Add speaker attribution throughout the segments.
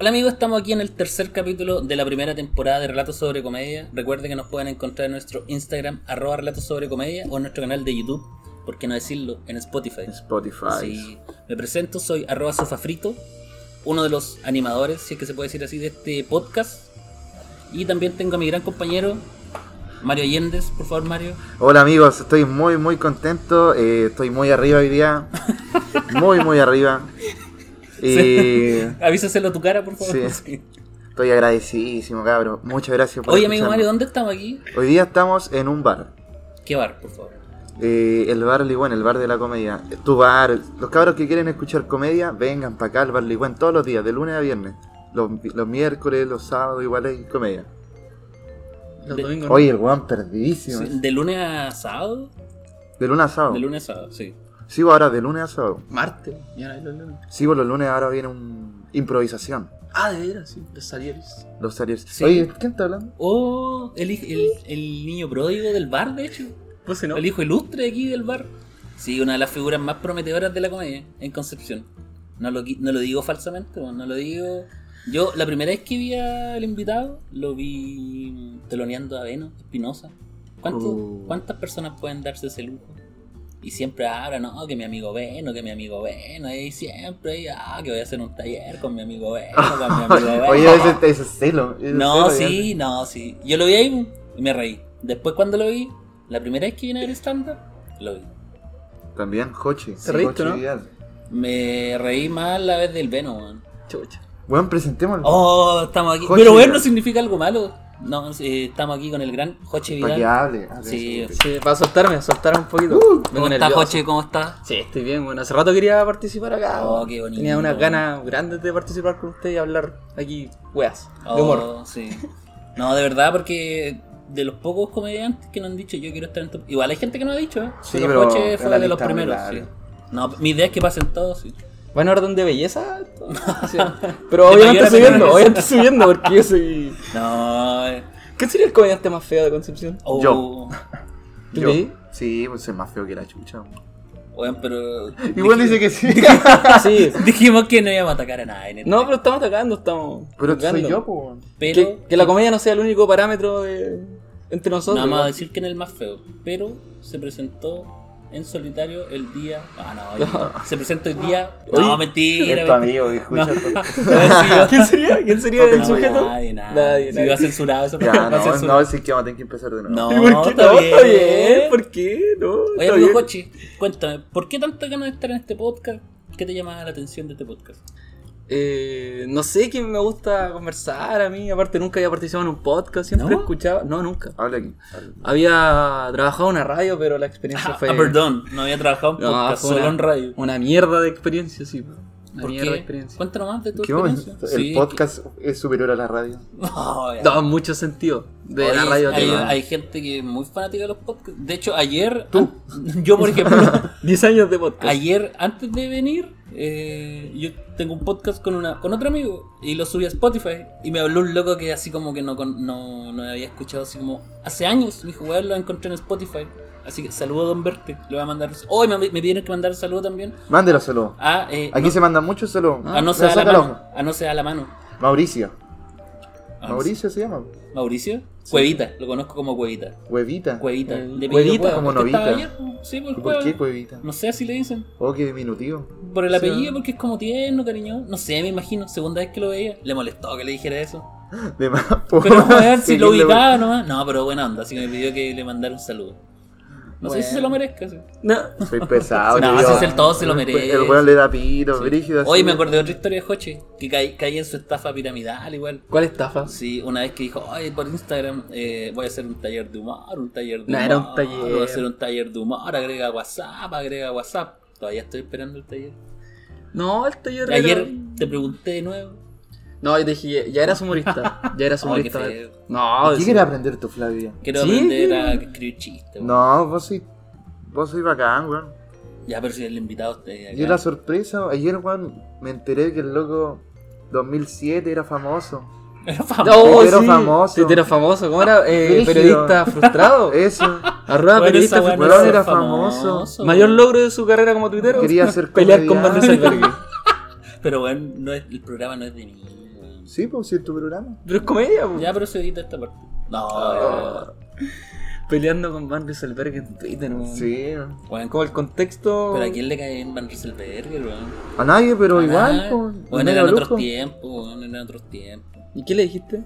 Speaker 1: Hola amigos, estamos aquí en el tercer capítulo de la primera temporada de Relatos sobre Comedia. Recuerden que nos pueden encontrar en nuestro Instagram, arroba Relatos sobre Comedia, o en nuestro canal de YouTube, por qué no decirlo, en Spotify.
Speaker 2: Spotify.
Speaker 1: Sí. Me presento, soy arroba sofafrito, uno de los animadores, si es que se puede decir así, de este podcast. Y también tengo a mi gran compañero, Mario Allendez, por favor Mario.
Speaker 2: Hola amigos, estoy muy muy contento, eh, estoy muy arriba hoy día, muy muy arriba. Y
Speaker 1: Avísaselo a tu cara, por favor.
Speaker 2: Sí. estoy agradecidísimo, cabro. Muchas gracias por
Speaker 1: Oye amigo
Speaker 2: escucharnos.
Speaker 1: Mario, ¿dónde estamos aquí?
Speaker 2: Hoy día estamos en un bar.
Speaker 1: ¿Qué bar, por favor?
Speaker 2: Eh, el bar Ligüen, el bar de la comedia. Tu bar. Los cabros que quieren escuchar comedia, vengan para acá al bar Ligüen todos los días, de lunes a viernes. Los, los miércoles, los sábados, igual hay comedia.
Speaker 3: Los
Speaker 1: De-
Speaker 3: domingos.
Speaker 2: Oye, el weón perdidísimo.
Speaker 1: Sí, ¿De lunes a sábado?
Speaker 2: De lunes a sábado.
Speaker 1: De lunes a sábado, sí.
Speaker 2: Sigo ahora de lunes a sábado.
Speaker 3: Marte, ya no hay los lunes.
Speaker 2: Sigo los lunes, ahora viene un improvisación.
Speaker 3: Ah, de veras, sí, los salieres.
Speaker 2: Los Ariels.
Speaker 1: Sí.
Speaker 2: Oye, ¿quién está hablando?
Speaker 1: O el, hij- el, el niño pródigo del bar, de hecho.
Speaker 3: Pues si no.
Speaker 1: El hijo ilustre de aquí del bar. Sí, una de las figuras más prometedoras de la comedia en Concepción. No lo, qui- no lo digo falsamente, no lo digo. Yo, la primera vez que vi al invitado, lo vi teloneando a Veno, Espinosa. ¿Cuánto-
Speaker 2: Uh.
Speaker 1: ¿Cuántas personas pueden darse ese lujo? Y siempre habla, no, que mi amigo Veno, que mi amigo Veno, y siempre, ahí, ah, que voy a hacer un taller con mi amigo Veno, con mi amigo Veno.
Speaker 2: Oye, ese, ese es celo. ese es
Speaker 1: No,
Speaker 2: celo,
Speaker 1: sí, no, sí. Yo lo vi ahí y me reí. Después cuando lo vi, la primera vez que vine a ver stand lo vi.
Speaker 2: ya. También, Jochi.
Speaker 3: Te reíste, ¿no?
Speaker 1: Me reí más la vez del Venom. weón.
Speaker 3: Chucha.
Speaker 2: Bueno, presentémoslo.
Speaker 1: Oh, estamos aquí.
Speaker 2: Joche
Speaker 1: Pero bueno,
Speaker 2: Vidal.
Speaker 1: significa algo malo. No, eh, estamos aquí con el gran Joche
Speaker 2: para que
Speaker 1: Vidal.
Speaker 2: hable. hable
Speaker 1: Sí.
Speaker 2: sobre-
Speaker 3: Sí, para soltarme, a soltar un poquito.
Speaker 1: ¿Cómo
Speaker 3: Vengo
Speaker 1: está
Speaker 3: nervioso.
Speaker 1: Joche? ¿Cómo está?
Speaker 3: Sí, estoy bien, bueno, hace rato quería participar acá.
Speaker 1: Oh,
Speaker 3: bueno.
Speaker 1: qué bonito.
Speaker 3: Tenía unas ganas grandes de participar con usted y hablar aquí, weas, de
Speaker 1: Oh,
Speaker 3: humor.
Speaker 1: sí. No, de verdad, porque de los pocos comediantes que no han dicho yo quiero estar en tu... Igual hay gente que no ha dicho, ¿eh?
Speaker 2: Sí,
Speaker 1: pero
Speaker 2: pero
Speaker 1: Joche
Speaker 2: en
Speaker 1: fue
Speaker 2: la
Speaker 1: de los
Speaker 2: lista,
Speaker 1: primeros.
Speaker 2: claro.
Speaker 1: sí. No, mi idea es que pasen todos, sí.
Speaker 3: Bueno, orden de belleza. Sí. Pero
Speaker 1: De
Speaker 3: obviamente
Speaker 1: mayor a
Speaker 3: subiendo,
Speaker 1: menor.
Speaker 3: obviamente subiendo, porque yo soy.
Speaker 1: No, eh,
Speaker 3: ¿Qué sería el comediante más feo de Concepción?
Speaker 1: oh.
Speaker 2: Yo.
Speaker 3: ¿Tú
Speaker 2: Yo.
Speaker 3: creí?
Speaker 2: Sí, pues es más feo que la chucha. weón.
Speaker 1: Weón, pero. dijimos-
Speaker 2: Igual dice que sí.
Speaker 3: Sí.
Speaker 1: Dijimos que no íbamos a atacar a nadie. en el-
Speaker 3: No, pero estamos atacando, estamos.
Speaker 2: Pero
Speaker 3: atacando.
Speaker 2: soy yo, po. weón.
Speaker 1: pero.
Speaker 3: Que, que la comedia no sea el único parámetro de- entre nosotros.
Speaker 1: Nada más
Speaker 3: ¿no?
Speaker 1: decir que en el más feo. Pero se presentó en solitario el día. Ah, no, hoy no. Se presentó el día. No,
Speaker 2: Oye,
Speaker 1: mentira.
Speaker 2: Es tu
Speaker 1: mentira.
Speaker 2: amigo,
Speaker 1: No.
Speaker 2: escucha. tu-
Speaker 3: ¿Quién sería? ¿Quién sería
Speaker 2: No
Speaker 3: el
Speaker 2: tengo
Speaker 3: sujeto?
Speaker 1: Nadie, nada.
Speaker 3: Nadie,
Speaker 1: Si
Speaker 3: nadie.
Speaker 1: va censurado eso
Speaker 2: Ya,
Speaker 1: va
Speaker 2: no, no,
Speaker 1: censurado.
Speaker 2: sí que vamos a tener que empezar de nuevo.
Speaker 1: No.
Speaker 3: ¿Y por qué
Speaker 1: está
Speaker 3: no? Está
Speaker 1: bien.
Speaker 3: bien. ¿Por qué no?
Speaker 1: Oye,
Speaker 3: Está
Speaker 1: amigo
Speaker 3: bien.
Speaker 1: Jochi, cuéntame, ¿por qué tanto ganas de estar en este podcast? ¿Qué te llama la atención de este podcast?
Speaker 3: Eh, no sé quién me gusta conversar a mí. Aparte, nunca había participado en un podcast. Siempre
Speaker 1: ¿No?
Speaker 3: escuchaba. No, nunca.
Speaker 2: Habla aquí. habla.
Speaker 3: Había trabajado en una radio, pero la experiencia fue.
Speaker 1: Ah, perdón, no había trabajado en
Speaker 3: No,
Speaker 1: podcast,
Speaker 3: fue una-
Speaker 1: solo en radio.
Speaker 3: Una mierda de experiencia, sí. Una
Speaker 1: ¿Por
Speaker 3: mierda
Speaker 1: qué?
Speaker 3: de experiencia.
Speaker 1: Cuéntanos más de tu
Speaker 2: ¿Qué
Speaker 1: experiencia.
Speaker 2: momento?
Speaker 1: Sí,
Speaker 2: ¿El podcast es superior a la radio?
Speaker 1: que- No, ya.
Speaker 3: Daba mucho sentido. De la
Speaker 1: Oye,
Speaker 3: radio.
Speaker 1: hay,
Speaker 3: tengo
Speaker 1: hay gente que es muy fanática de los podcasts. De hecho, ayer. an- yo, por ejemplo,
Speaker 3: 10 años de podcast.
Speaker 1: ayer, antes de venir, eh, yo tengo un podcast con una con otro amigo y lo subí a Spotify. Y me habló un loco que así como que no, con- no, no había escuchado así como hace años. Mi jugador lo encontré en Spotify. Así que saludo a Don Verte. Le voy a mandar. Hoy me, me pidieron que mandara saludo también
Speaker 2: Mándelo saludos.
Speaker 1: a. eh,
Speaker 2: Aquí
Speaker 1: no,
Speaker 2: se mandan muchos saludos.
Speaker 1: a no se
Speaker 2: Mira,
Speaker 1: da la
Speaker 2: sácalo.
Speaker 1: mano. A no se da la mano.
Speaker 2: Mauricio.
Speaker 1: A no
Speaker 2: Mauricio se llama.
Speaker 1: se- Mauricio. Cuevita. Lo conozco como Cuevita.
Speaker 2: Huevita.
Speaker 1: Cuevita.
Speaker 3: Eh,
Speaker 1: De
Speaker 3: cuevita,
Speaker 1: Cuevita.
Speaker 2: como
Speaker 1: ¿Usted estaba
Speaker 2: novita.
Speaker 1: ayer? Sí, por el
Speaker 2: ¿Por qué
Speaker 1: cueva.
Speaker 2: cuevita?
Speaker 1: No sé si le dicen.
Speaker 2: Oh, qué diminutivo.
Speaker 1: Por el
Speaker 3: Sí.
Speaker 1: apellido, porque es como tierno, cariño. No sé, me imagino. Segunda vez que lo veía. Le molestó que le dijera eso.
Speaker 2: De más.
Speaker 1: Pero a ver
Speaker 2: Sí,
Speaker 1: si lo
Speaker 2: bien le-
Speaker 1: ubicaba nomás. No, pero buena onda. Así que me pidió que le mandara un saludo. No sé si se lo merezca. sí.
Speaker 3: No.
Speaker 2: Soy pesado.
Speaker 1: No,
Speaker 2: tío.
Speaker 1: si es el todo, se lo merece.
Speaker 2: El weón le da pito, brígido. así.
Speaker 1: Hoy me acordé de otra historia de Joche. Que caí, caí en su estafa piramidal igual.
Speaker 3: ¿Cuál estafa?
Speaker 1: Sí, una vez que dijo, ay, por Instagram eh, voy a hacer un taller de humor, un taller de
Speaker 3: No,
Speaker 1: humor.
Speaker 3: era un taller.
Speaker 1: Voy a hacer un taller de humor, agrega WhatsApp, agrega WhatsApp. Todavía estoy esperando el taller.
Speaker 3: No, el taller era-
Speaker 1: Ayer te pregunté de nuevo.
Speaker 3: No, yo dije, ya eras humorista. Ya eras
Speaker 1: Oh, qué
Speaker 3: humorista.
Speaker 1: feo.
Speaker 3: no,
Speaker 2: ¿Qué
Speaker 3: sí.
Speaker 2: quieres aprender tu Flavia?
Speaker 1: Quiero
Speaker 3: Sí,
Speaker 1: aprender a
Speaker 3: pero-
Speaker 1: escribir chistes. weón.
Speaker 2: No, vos soy. Vos soy bacán, weón.
Speaker 1: Ya, pero si el invitado te.
Speaker 2: Yo la sorpresa, ayer, weón, me enteré que el loco 2007 era famoso.
Speaker 1: Era
Speaker 3: No,
Speaker 1: famoso.
Speaker 2: Tetero
Speaker 3: sí.
Speaker 2: famoso. Ah,
Speaker 3: Tetero famoso. ¿Cómo era? Eh,
Speaker 2: Brígido.
Speaker 3: periodista frustrado.
Speaker 2: Eso.
Speaker 3: Arroba
Speaker 1: Bueno,
Speaker 3: periodista
Speaker 1: esa weá no
Speaker 2: weón
Speaker 3: frustrado.
Speaker 1: es
Speaker 2: era
Speaker 1: ser
Speaker 2: famoso.
Speaker 3: Mayor
Speaker 1: weón.
Speaker 3: logro de su carrera como tuitero.
Speaker 2: Quería ser
Speaker 3: Pelear con Van
Speaker 2: comediante.
Speaker 3: Rieselberg.
Speaker 1: Pero bueno, no es- el programa no es de mí. weón.
Speaker 2: Sí, pues si es tu programa.
Speaker 3: Pero es comedia, po.
Speaker 1: Ya, pero se edita esta parte. No,
Speaker 2: Ah.
Speaker 3: Peleando con Van Rieselberg en Twitter, weón.
Speaker 2: Sí.
Speaker 1: weón,
Speaker 3: Como el contexto.
Speaker 1: ¿Pero a quién le cae bien Van Rieselberger, weón?
Speaker 2: A nadie, pero
Speaker 1: Ah,
Speaker 2: igual. pues,
Speaker 1: Bueno,
Speaker 2: Homero
Speaker 1: eran otros
Speaker 2: Luco.
Speaker 1: tiempos, weón, eran otros tiempos.
Speaker 3: ¿Y qué le dijiste?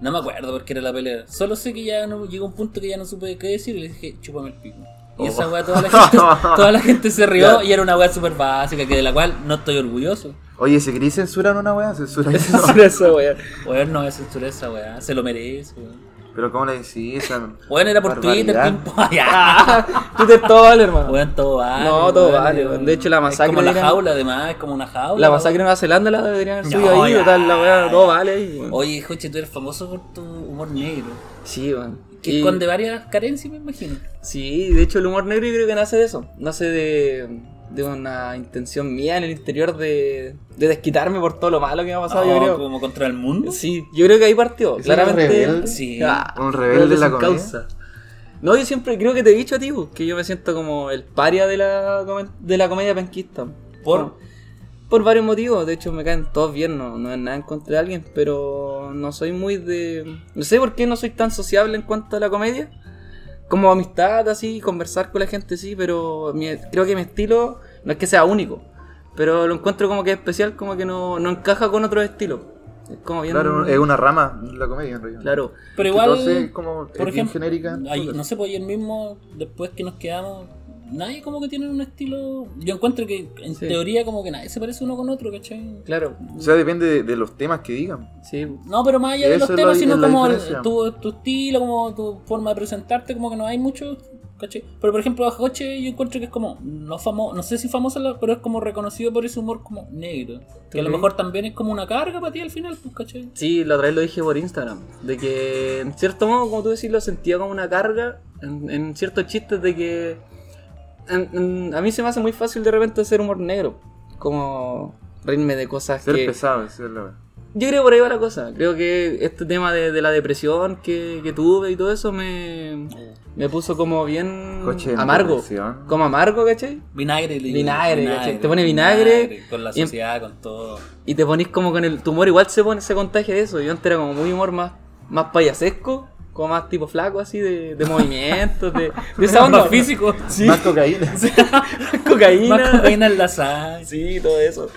Speaker 1: No me acuerdo por qué era la pelea. Solo sé que ya no, llegó un punto que ya no supe qué decir y le dije, chúpame el pico. Y esa
Speaker 3: Oh.
Speaker 1: weá toda la gente, toda la gente se rió y era una weá súper básica que de la cual no estoy orgulloso.
Speaker 2: Oye, si queréis censurar una weá, censura eso.
Speaker 3: Sobre eso, weón.
Speaker 1: Weón, no voy a censurar esa weá, se lo merece, weón.
Speaker 2: Pero ¿cómo le decís? Esa-
Speaker 1: Weón, era por Twitter,
Speaker 2: Barbaridad.
Speaker 1: tiempo. Ya.
Speaker 3: Twitter todo vale, hermano.
Speaker 1: Weón, todo vale.
Speaker 3: No, todo
Speaker 1: weón,
Speaker 3: vale, weón. De hecho, la masacre
Speaker 1: Es como la
Speaker 3: era-
Speaker 1: jaula, además, es como una jaula.
Speaker 3: La
Speaker 1: weón.
Speaker 3: masacre en Nueva Zelanda la deberían haber subido
Speaker 1: No,
Speaker 3: ahí,
Speaker 1: ya.
Speaker 3: o tal, la weá, todo vale ahí. weón.
Speaker 1: Oye, Joche, tú eres famoso por tu humor negro.
Speaker 3: Sí, weón.
Speaker 1: Que
Speaker 3: Y-
Speaker 1: esconde varias carencias, me imagino.
Speaker 3: Sí, de hecho el humor negro yo creo que nace de eso. Nace de, de una intención mía en el interior de, de desquitarme por todo lo malo que me ha pasado, yo
Speaker 1: Oh,
Speaker 3: creo.
Speaker 1: como contra el mundo.
Speaker 3: Sí, yo creo que ahí partió.
Speaker 2: Ah, ¿Es
Speaker 3: Claramente. Ah,
Speaker 2: un rebelde?
Speaker 1: Sí.
Speaker 2: Un rebelde de la
Speaker 3: sin
Speaker 2: comedia.
Speaker 3: No, yo siempre creo que te he dicho a ti, pues, que yo me siento como el paria de la, come- de la comedia penquista.
Speaker 1: Por-
Speaker 3: por varios motivos, de hecho me caen todos bien, no, no es nada en contra de alguien, pero no soy muy de... No sé por qué no soy tan sociable en cuanto a la comedia. Como amistad, así, conversar con la gente, sí, pero mi- creo que mi estilo no es que sea único, pero lo encuentro como que es especial, como que no, no encaja con otros estilos. Es como bien...
Speaker 2: Claro, es una rama de la comedia en realidad.
Speaker 3: Claro.
Speaker 1: Pero igual.
Speaker 2: Entonces, como es
Speaker 1: por
Speaker 2: bien
Speaker 1: ejemplo,
Speaker 2: genérica.
Speaker 1: ay, no sé, pues ayer mismo, después que nos quedamos, nadie como que tiene un estilo. Yo encuentro que en
Speaker 3: Sí.
Speaker 1: teoría como que nadie se parece uno con otro, ¿cachai?
Speaker 3: Claro,
Speaker 2: O sea, depende de, de los temas que digan.
Speaker 3: sí.
Speaker 1: No, pero más allá de
Speaker 2: Eso
Speaker 1: los
Speaker 2: es
Speaker 1: temas,
Speaker 2: la-
Speaker 1: sino
Speaker 2: es la
Speaker 1: como el-
Speaker 2: diferencia.
Speaker 1: tu, tu estilo, como tu forma de presentarte, como que no hay mucho, ¿cachai? Pero por ejemplo, a Joche yo encuentro que es como, no famo, no sé si famoso, la- pero es como reconocido por ese humor como negro. Que a lo
Speaker 3: Ok.
Speaker 1: mejor también es como una carga para ti al final, pues, ¿cachai?
Speaker 3: Sí, la otra vez lo dije por Instagram, de que en cierto modo, como tú decís, lo sentía como una carga en, en ciertos chistes de que en- en- a mí se me hace muy fácil de repente hacer humor negro, como reírme de cosas
Speaker 2: Ser
Speaker 3: que...
Speaker 2: pesado, esa es la weá.
Speaker 3: Yo creo por ahí va la cosa, creo que este tema de, de la depresión que, que tuve y todo eso me, me puso como bien
Speaker 2: Coche en
Speaker 3: amargo,
Speaker 2: depresión.
Speaker 3: como amargo, ¿cachai?
Speaker 1: Vinagre, le digo.
Speaker 3: Vinagre, ¿cachai? Te pone vinagre
Speaker 1: con la
Speaker 3: y-
Speaker 1: sociedad, con todo.
Speaker 3: Y te ponís como con el tumor, igual se pone, se contagia de eso. Yo antes era como muy humor más, más payasesco, como más tipo flaco así, de, de movimientos, de, de esa onda.
Speaker 1: Más físico.
Speaker 3: Sí,
Speaker 2: Más cocaína.
Speaker 3: cocaína.
Speaker 1: Más cocaína en la sangre.
Speaker 3: Sí, todo eso.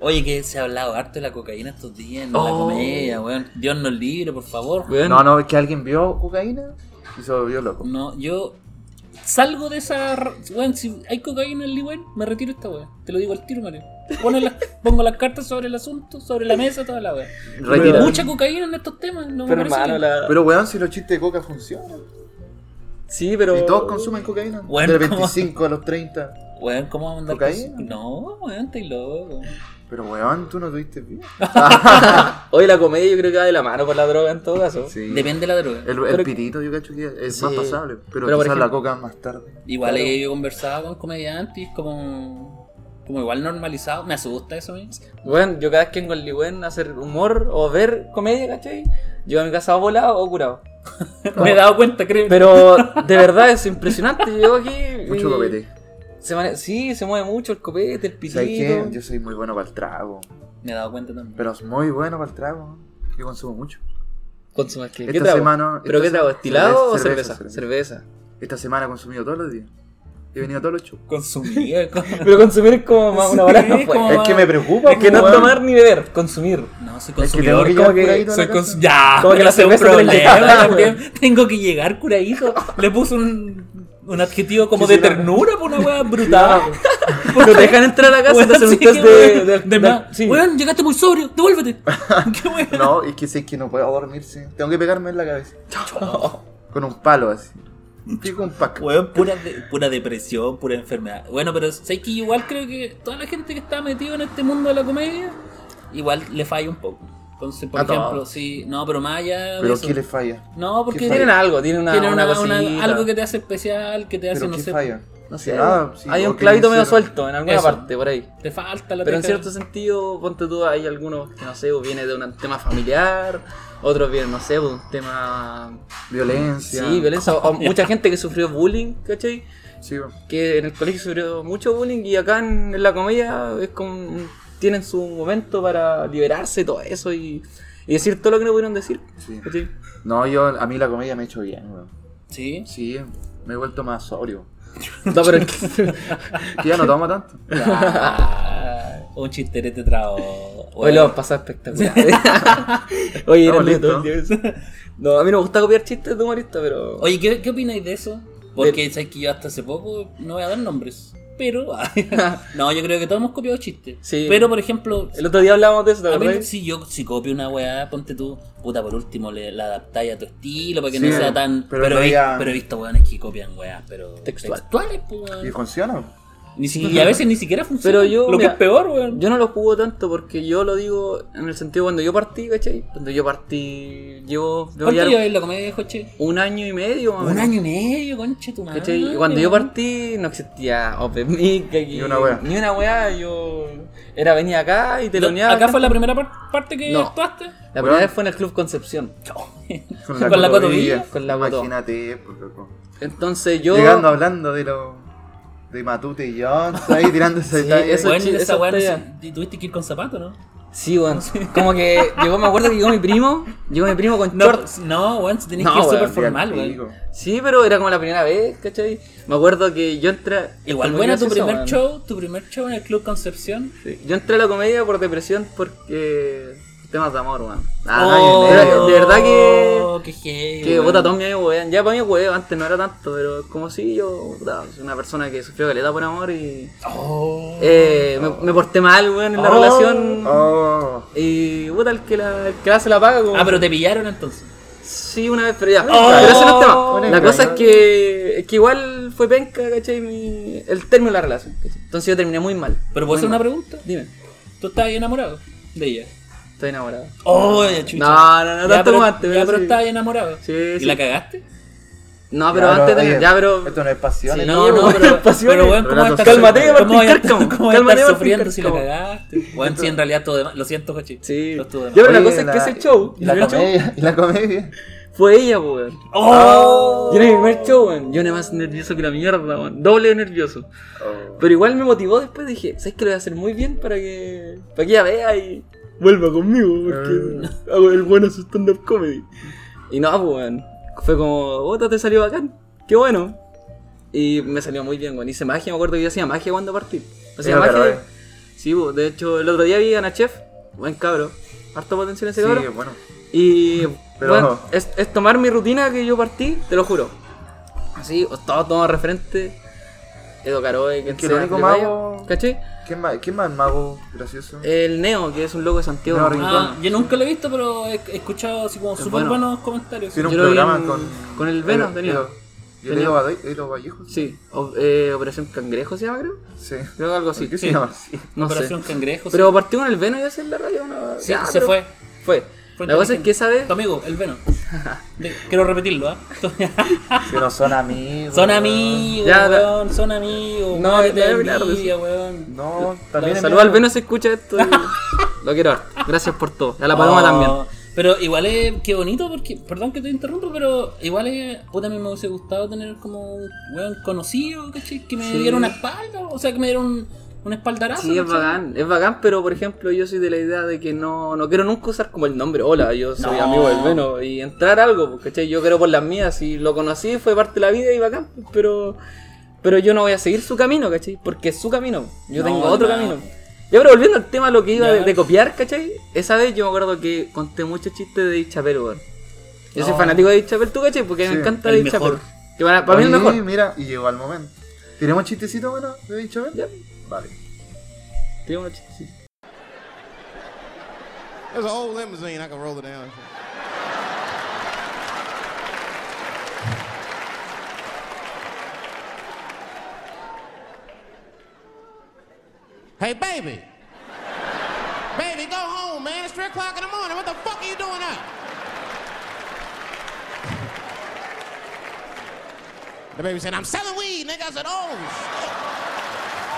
Speaker 1: Oye, que se ha hablado harto de la cocaína estos días en la
Speaker 3: Oh.
Speaker 1: comedia, weón. Dios nos libre, por favor.
Speaker 3: Weón,
Speaker 2: No, no, es que alguien vio cocaína y se volvió loco.
Speaker 1: No, yo salgo de esa. r- Weón, si hay cocaína en Liwen, me retiro esta weá. Te lo digo al tiro, Mario. Pone las- pongo las cartas sobre el asunto, sobre la mesa, toda la weá.
Speaker 2: Retira.
Speaker 3: Pero-
Speaker 1: Mucha cocaína en estos temas, no me
Speaker 3: pero
Speaker 1: parece.
Speaker 3: hermano,
Speaker 1: que-
Speaker 3: la...
Speaker 2: Pero weón, si los chistes de coca funcionan.
Speaker 3: Sí, pero...
Speaker 2: Y todos consumen cocaína.
Speaker 1: Bueno,
Speaker 2: de
Speaker 1: ¿cómo?
Speaker 2: 25 a los 30.
Speaker 1: Weón, ¿cómo vamos a andar
Speaker 2: ¿Cocaína?
Speaker 1: con- No, weón, estoy loco.
Speaker 2: Pero weón, tú no tuviste vida.
Speaker 3: Hoy la comedia yo creo que va de la mano con la droga en todo caso.
Speaker 2: Sí.
Speaker 1: Depende de la droga.
Speaker 2: El, el
Speaker 3: Pero-
Speaker 2: pitito yo cacho que es
Speaker 3: Sí.
Speaker 2: más pasable. Pero,
Speaker 3: Pero,
Speaker 2: quizás
Speaker 3: por ejemplo-
Speaker 2: la coca más tarde.
Speaker 1: Igual
Speaker 3: Claro.
Speaker 1: ahí yo conversaba con comediantes, como. Como igual normalizado, me asusta eso ¿eh? a mí.
Speaker 3: Bueno, yo cada vez que vengo al Ligüen a hacer humor o ver comedia, ¿cachai? Llego a mi casa volado o curado.
Speaker 1: Me he dado cuenta, creo.
Speaker 3: Pero de verdad es impresionante. Yo llego aquí...
Speaker 2: Mucho
Speaker 3: y-
Speaker 2: copete.
Speaker 3: Se mane- sí, se mueve mucho el copete, el pitito.
Speaker 2: ¿Sabes qué? Yo soy muy bueno para el trago.
Speaker 1: Me he dado cuenta también.
Speaker 2: Pero es muy bueno para el trago. Yo consumo mucho.
Speaker 3: Consumas qué? ¿Qué
Speaker 2: Esta
Speaker 3: trago?
Speaker 2: semana-
Speaker 3: ¿Pero
Speaker 2: esta
Speaker 3: qué trago?
Speaker 2: se- cerveza,
Speaker 3: ¿Estilado o cerveza? Cerveza.
Speaker 2: cerveza. Esta semana he consumido todos los días. He venido a todos los shows.
Speaker 1: Consumía. con-
Speaker 3: Pero consumir es como más una hora
Speaker 1: Sí,
Speaker 3: no fue.
Speaker 1: como-
Speaker 2: Es que me preocupa.
Speaker 3: Es que no
Speaker 2: weón.
Speaker 3: tomar ni beber, consumir.
Speaker 1: No, soy
Speaker 2: Es que tengo
Speaker 1: consumidor.
Speaker 2: que
Speaker 3: como
Speaker 2: llegar
Speaker 3: que
Speaker 2: curadito a la
Speaker 1: Soy
Speaker 2: casa.
Speaker 1: cons- Ya,
Speaker 3: Como que
Speaker 1: pero
Speaker 3: la
Speaker 1: ese es un
Speaker 3: cerveza te la
Speaker 1: problema
Speaker 3: llevaba,
Speaker 1: también. Tengo que llegar curadito. Le puse un, un adjetivo como
Speaker 2: Sí,
Speaker 1: de
Speaker 2: sí, la-
Speaker 1: ternura por una wea brutal.
Speaker 3: No te dejan entrar a la casa,
Speaker 1: Weón,
Speaker 3: te hacen
Speaker 1: sí,
Speaker 3: un test
Speaker 1: qué
Speaker 3: de,
Speaker 1: weón.
Speaker 3: de-
Speaker 1: De
Speaker 3: de-
Speaker 1: más.
Speaker 3: sí.
Speaker 1: Weón, llegaste muy sobrio, devuélvete. Qué weón.
Speaker 2: No, es que sé que no puedo dormirse. Tengo que pegarme en la cabeza. Con un palo así. Pico un pack.
Speaker 1: Weón, pura, de- pura depresión, pura enfermedad. Bueno, pero sé que igual creo que toda la gente que está metida en este mundo de la comedia, igual le falla un poco. Entonces, por
Speaker 2: A
Speaker 1: ejemplo,
Speaker 2: todos.
Speaker 1: sí, no, pero más allá de
Speaker 2: Pero
Speaker 1: eso-
Speaker 2: ¿qué le falla?
Speaker 1: No,
Speaker 2: ¿Qué
Speaker 1: porque
Speaker 2: falla?
Speaker 3: Tienen algo, tienen una,
Speaker 1: tiene
Speaker 3: una
Speaker 1: una- una-
Speaker 3: cosita.
Speaker 1: algo que te hace especial, que te hace,
Speaker 2: ¿Pero
Speaker 1: no
Speaker 2: qué
Speaker 1: sé,
Speaker 2: falla? No sé
Speaker 3: Sí,
Speaker 2: nada. sí,
Speaker 3: hay
Speaker 2: o
Speaker 3: un
Speaker 2: que
Speaker 3: clavito medio
Speaker 2: ser-
Speaker 3: suelto en alguna
Speaker 1: Eso.
Speaker 3: parte, por ahí.
Speaker 1: te falta la
Speaker 3: Pero en
Speaker 1: teja.
Speaker 3: cierto sentido, ponte tú, hay algunos que no sé, o viene de un tema familiar, otros vienen, no sé, de un tema. Sí,
Speaker 2: Violencia.
Speaker 3: violencia. O mucha gente que sufrió bullying, ¿cachai?
Speaker 2: Sí, weón.
Speaker 3: que en el colegio sufrió mucho bullying y acá en, en la comedia es como un- tienen su momento para liberarse de todo eso y, y decir todo lo que no pudieron decir.
Speaker 2: Sí.
Speaker 3: ¿cachai?
Speaker 2: No, yo, a mí la comedia me ha hecho bien, weón.
Speaker 1: Sí.
Speaker 2: Sí, me he vuelto más sobrio.
Speaker 3: No, pero es que-
Speaker 2: Que ya no tomo tanto.
Speaker 1: Ah, un chisterete trao.
Speaker 3: Hoy lo hemos pasado espectacular. Oye,
Speaker 2: Estamos
Speaker 3: eres lindo todo el
Speaker 2: listos.
Speaker 3: día. No, a mí no me gusta copiar chistes de humorista, pero.
Speaker 1: Oye, ¿qué, qué opináis de eso? Porque sabes que yo hasta hace poco no voy a dar nombres. Pero. no, yo creo que todos hemos copiado chistes.
Speaker 3: Sí.
Speaker 1: Pero, por ejemplo,
Speaker 3: El otro día hablábamos de eso, ¿te
Speaker 1: a mí,
Speaker 3: acordás?
Speaker 1: si yo si copio una weá, ponte tú, puta, por último le, la adaptáis a tu estilo para que
Speaker 2: Sí,
Speaker 1: no sea tan.
Speaker 2: pero
Speaker 1: Pero,
Speaker 2: no
Speaker 1: he,
Speaker 2: haya-
Speaker 1: pero he visto weones que copian weá, pero.
Speaker 3: Textual.
Speaker 1: Textuales, pues, weón.
Speaker 2: ¿Y funciona?
Speaker 1: Ni si- y a veces ni siquiera funciona.
Speaker 3: Pero yo,
Speaker 1: Lo que
Speaker 3: mira,
Speaker 1: es peor, weón.
Speaker 3: Yo no lo jugo tanto porque yo lo digo en el sentido cuando yo partí, ¿cachai? Cuando yo partí, llevo. llevo
Speaker 1: ¿Cuánto
Speaker 3: ya
Speaker 1: lleváis la comedia de Joche?
Speaker 3: un año y medio, más o
Speaker 1: Un
Speaker 3: menos,
Speaker 1: año y medio, concha tu madre.
Speaker 3: ¿cachai? Y cuando yo
Speaker 1: weón.
Speaker 3: partí no existía Open Mic, aquí,
Speaker 2: Ni una wea.
Speaker 3: Ni una wea, yo. Era venía acá y teloneaba.
Speaker 1: ¿Acá
Speaker 3: acá.
Speaker 1: fue la primera par- parte que
Speaker 3: No.
Speaker 1: actuaste?
Speaker 3: La
Speaker 2: Weón.
Speaker 3: primera vez fue en el Club Concepción.
Speaker 1: Con la, cotovilla.
Speaker 3: Con la coto.
Speaker 2: Imagínate, pues, loco.
Speaker 3: Entonces yo.
Speaker 2: Llegando hablando de lo. de Matute y Jones, ahí tirando ese
Speaker 3: Sí,
Speaker 2: detalle.
Speaker 3: eso-
Speaker 1: Bueno,
Speaker 3: chi-
Speaker 1: esa
Speaker 3: esa
Speaker 1: weá no
Speaker 3: talla.
Speaker 1: sé, tuviste que ir con zapatos, ¿no?
Speaker 3: Sí, weón. Como que llegó, me acuerdo que llegó mi primo. Llegó mi primo con
Speaker 1: No,
Speaker 3: shorts.
Speaker 1: pues, no weón, si tenés
Speaker 3: No,
Speaker 1: que ir
Speaker 3: weón,
Speaker 1: súper
Speaker 2: Al
Speaker 1: formal,
Speaker 2: pico.
Speaker 1: weón.
Speaker 3: Sí, pero era como la primera vez, ¿cachai? Me acuerdo que yo entré.
Speaker 1: Igual,
Speaker 3: fue muy
Speaker 1: bueno, tu
Speaker 3: gracioso,
Speaker 1: primer
Speaker 3: weón.
Speaker 1: show, tu primer show en el Club Concepción.
Speaker 3: Sí, Yo entré a la comedia por depresión porque. temas de amor, weón.
Speaker 2: Ah,
Speaker 1: Oh,
Speaker 2: era-
Speaker 3: de verdad que-
Speaker 1: Qué heavy,
Speaker 3: Que
Speaker 1: weón.
Speaker 3: puta, todos me huevean. Ya para mí hueveo, antes no era tanto, pero es como si yo, puta, soy una persona que sufrió caleta por amor y.
Speaker 1: Oh.
Speaker 3: eh, me, me porté mal, weón, en la
Speaker 1: Oh.
Speaker 3: relación.
Speaker 2: Oh,
Speaker 3: Y puta, el que la, el que la hace la paga, como-
Speaker 1: Ah, pero te pillaron entonces.
Speaker 3: Sí, una vez, pero ya.
Speaker 1: Oh.
Speaker 3: pero ese no es tema.
Speaker 2: Buen
Speaker 3: la
Speaker 2: engaño.
Speaker 3: cosa es que, es que igual fue penca, ¿cachai? Mi- el término de la relación, ¿cachai? Entonces yo terminé muy mal.
Speaker 1: Pero puedo hacer una pregunta.
Speaker 3: Dime,
Speaker 1: ¿Tú estabas enamorado de ella?
Speaker 3: estoy enamorado.
Speaker 1: Oh, ya, chucha.
Speaker 3: No, no, no,
Speaker 1: Ya,
Speaker 3: tanto
Speaker 1: pero,
Speaker 3: como antes,
Speaker 1: ya,
Speaker 3: pero
Speaker 1: pero
Speaker 3: sí.
Speaker 1: estabas enamorado.
Speaker 3: Sí,
Speaker 1: ¿Y
Speaker 3: sí.
Speaker 1: la cagaste?
Speaker 3: No, Ah, pero
Speaker 2: Ya,
Speaker 3: antes de.
Speaker 2: oye,
Speaker 3: Ya, pero.
Speaker 2: Esto no es pasión.
Speaker 3: Sí,
Speaker 2: ¿eh?
Speaker 3: No,
Speaker 1: Oye,
Speaker 3: no, pero-
Speaker 1: pero,
Speaker 3: pero,
Speaker 1: weón, ¿cómo vas a estar-
Speaker 2: Relatos
Speaker 3: Cárcamo.
Speaker 1: cómo vas a estar-
Speaker 3: Cárcamo.
Speaker 1: cómo vas a
Speaker 3: Cálmate,
Speaker 1: estar
Speaker 3: Martín
Speaker 1: sufriendo si la
Speaker 3: Cárcamo.
Speaker 1: cagaste? Weón, sí, en realidad todo de más. Lo siento, Jochi.
Speaker 3: Sí.
Speaker 1: Lo estuvo de
Speaker 3: Ya,
Speaker 1: más.
Speaker 3: pero la
Speaker 2: Oye,
Speaker 3: cosa es que ese show,
Speaker 2: Y la,
Speaker 3: el show-
Speaker 2: comedia, y la comedia.
Speaker 3: Fue ella, po, weón.
Speaker 1: ¡Oh!
Speaker 3: Yo era mi primer show, weón. Yo nada más nervioso que la mierda, weón. Doble de nervioso.
Speaker 2: Oh.
Speaker 3: Pero igual me motivó después, dije, ¿sabes que lo voy a hacer muy bien para que. para que ella vea y. vuelva conmigo, porque
Speaker 2: Ah.
Speaker 3: hago el bueno su stand-up comedy. Y no, pues, weón. Fue como, bota, te salió bacán. Qué bueno. Y me salió muy bien, weón. Hice magia, me acuerdo que yo hacía magia cuando partí. Hacía
Speaker 2: Era
Speaker 3: magia.
Speaker 2: verdad, eh.
Speaker 3: Sí, pues, de hecho, el otro día vi a Nachef, buen cabro. Harto potencial ese
Speaker 2: Sí,
Speaker 3: cabro.
Speaker 2: bueno.
Speaker 3: Y
Speaker 2: Pero
Speaker 3: bueno,
Speaker 2: no.
Speaker 3: es, es tomar mi rutina que yo partí, te lo juro. Así, o todo todo referente. Edo Caroe, que
Speaker 2: Es que el único mago-
Speaker 3: ¿Caché?
Speaker 2: ¿Quién más, ¿Quién más mago gracioso?
Speaker 3: El Neo, que es un loco de Santiago.
Speaker 2: Neo
Speaker 3: ¿no?
Speaker 2: Rincón.
Speaker 1: Ah, yo nunca lo he visto, pero he he escuchado así como
Speaker 3: Es
Speaker 1: súper
Speaker 3: bueno.
Speaker 1: buenos comentarios.
Speaker 2: Tiene un
Speaker 3: yo lo vi
Speaker 2: programa
Speaker 3: en-
Speaker 2: con.
Speaker 3: con el Venom, tenía.
Speaker 2: ¿Y el
Speaker 3: Tenía.
Speaker 2: Elo Bade- Elo Vallejo?
Speaker 3: Sí, o- eh, Operación Cangrejo se llama, creo.
Speaker 2: Sí.
Speaker 3: Creo que algo así.
Speaker 2: ¿Por qué
Speaker 1: Sí.
Speaker 2: se llama así?
Speaker 3: No
Speaker 1: Operación Cangrejo.
Speaker 3: sé. Pero partió con el Veno y así en la radio. No,
Speaker 1: sí,
Speaker 3: ya,
Speaker 1: se
Speaker 3: pero-
Speaker 1: fue.
Speaker 3: Fue.
Speaker 1: Fue
Speaker 3: la cosa es
Speaker 1: inteligente.
Speaker 3: que esa vez.
Speaker 1: Tu amigo, el Veno. De- Quiero repetirlo, ¿ah?
Speaker 2: Que no son amigos.
Speaker 1: son amigos,
Speaker 3: Ya, la-
Speaker 1: weón, son amigos.
Speaker 3: No,
Speaker 1: muérete
Speaker 3: ya
Speaker 1: de
Speaker 3: voy a hablar de
Speaker 1: envidia, weón.
Speaker 2: No, también.
Speaker 3: Saludos al
Speaker 2: enviaron-
Speaker 3: Veno si escucha esto. y- lo quiero harto. Gracias por todo. A la Paloma
Speaker 1: Oh,
Speaker 3: también.
Speaker 1: Pero igual es, qué bonito porque, perdón que te interrumpo, pero igual es, puta, a mí me hubiese gustado tener como un weón conocido, ¿cachai? Que me
Speaker 3: Sí.
Speaker 1: diera una espalda, o sea, que me diera un, un espaldarazo.
Speaker 3: Sí, es
Speaker 1: ¿cachai?
Speaker 3: bacán, es bacán, pero por ejemplo yo soy de la idea de que no, no quiero nunca usar como el nombre, hola, yo soy
Speaker 1: No.
Speaker 3: amigo del Veno, y entrar a algo, pues, ¿cachai? Yo creo por las mías, y lo conocí, fue parte de la vida y bacán, pues, pero, pero yo no voy a seguir su camino, ¿cachai? Porque es su camino, yo
Speaker 1: No,
Speaker 3: tengo otro
Speaker 1: no.
Speaker 3: camino. Ya, pero volviendo al tema, lo que iba
Speaker 1: Ya.
Speaker 3: de, de copiar, ¿cachai? Esa vez yo me acuerdo que conté muchos chistes de Dave Chappelle, weón. Yo soy
Speaker 1: No.
Speaker 3: fanático de Dave Chappelle, ¿tú, cachai? Porque
Speaker 2: Sí,
Speaker 3: me encanta
Speaker 1: Oh. el
Speaker 3: Dave Chappelle.
Speaker 1: mejor.
Speaker 3: Que para, para mí es el
Speaker 2: Oye,
Speaker 3: mejor.
Speaker 2: Mira, y llegó al momento. ¿Tenemos chistecito bueno de dicho Ben?
Speaker 3: Ya,
Speaker 2: Vale.
Speaker 3: tiene unos chistecitos.
Speaker 4: There's an old limousine. I can roll it down. Hey, baby. Baby, go home, man. It's 3 o'clock in the morning. What the fuck are you doing out? The baby said, I'm selling weed, nigga. I said, oh, shit.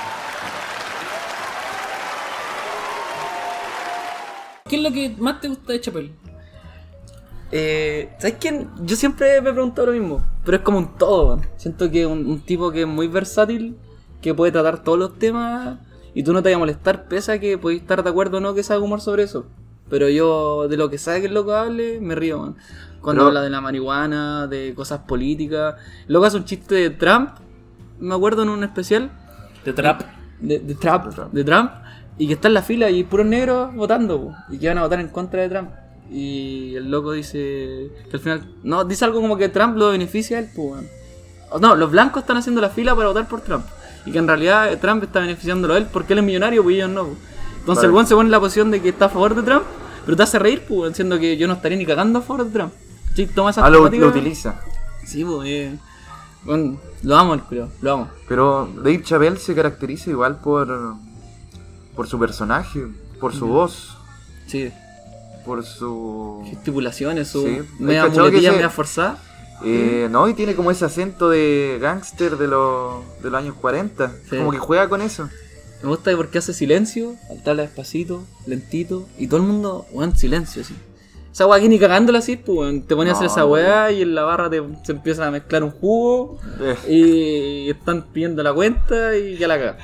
Speaker 1: ¿Qué es lo que más te gusta de Chapel?
Speaker 3: Eh, ¿Sabes quién? Yo siempre me he preguntado lo mismo, pero es como un todo. weón. Siento que un, un tipo que es muy versátil, que puede tratar todos los temas y tú no te vas a molestar, pese a que puedes estar de acuerdo o no que sea humor sobre eso. Pero yo, de lo que sabe que el loco hable, me río, man. Cuando
Speaker 2: Pero-
Speaker 3: habla de la marihuana, de cosas políticas. El Loco hace un chiste de Trump, me acuerdo en un especial,
Speaker 1: De trap.
Speaker 3: de, de Trump,
Speaker 2: De Trump.
Speaker 3: de Trump, y que está en la fila y puros negros votando, po, y que van a votar en contra de Trump. Y el loco dice que al final, no, dice algo como que Trump lo beneficia a él, po, weón. O No, los blancos están haciendo la fila para votar por Trump. Y que en realidad eh, Trump está beneficiándolo a él porque él es millonario, pues ellos no. po. Entonces
Speaker 2: Vale.
Speaker 3: el buen se pone en la posición de que está a favor de Trump, pero te hace reír, pues, weón, siendo que yo no estaría ni cagando a favor de Trump. Sí, toma esa
Speaker 2: Ah, lo, lo utiliza.
Speaker 3: Sí, pues, eh. Bueno, lo amo el culo, lo amo.
Speaker 2: Pero Dave Chappelle se caracteriza igual por, por su personaje, por su voz,
Speaker 3: Sí.
Speaker 2: por su...
Speaker 3: gesticulaciones, su
Speaker 2: Sí.
Speaker 3: media
Speaker 2: ¿Has cachado que
Speaker 3: muletilla,
Speaker 2: ese-
Speaker 3: media forzada.
Speaker 2: Eh, no, y tiene como ese acento de gángster de, los de los años 40.
Speaker 3: Sí.
Speaker 2: Como que juega con eso.
Speaker 3: Me gusta porque hace silencio, habla despacito, lentito, y todo el mundo, weón, silencio, así. Esa weá aquí ni cagándola así, pues, weón. Te pones a hacer
Speaker 2: No,
Speaker 3: esa
Speaker 2: no.
Speaker 3: weá y en la barra te, se empieza a mezclar un jugo
Speaker 2: Eh.
Speaker 3: y están pidiendo la cuenta y ya la caga.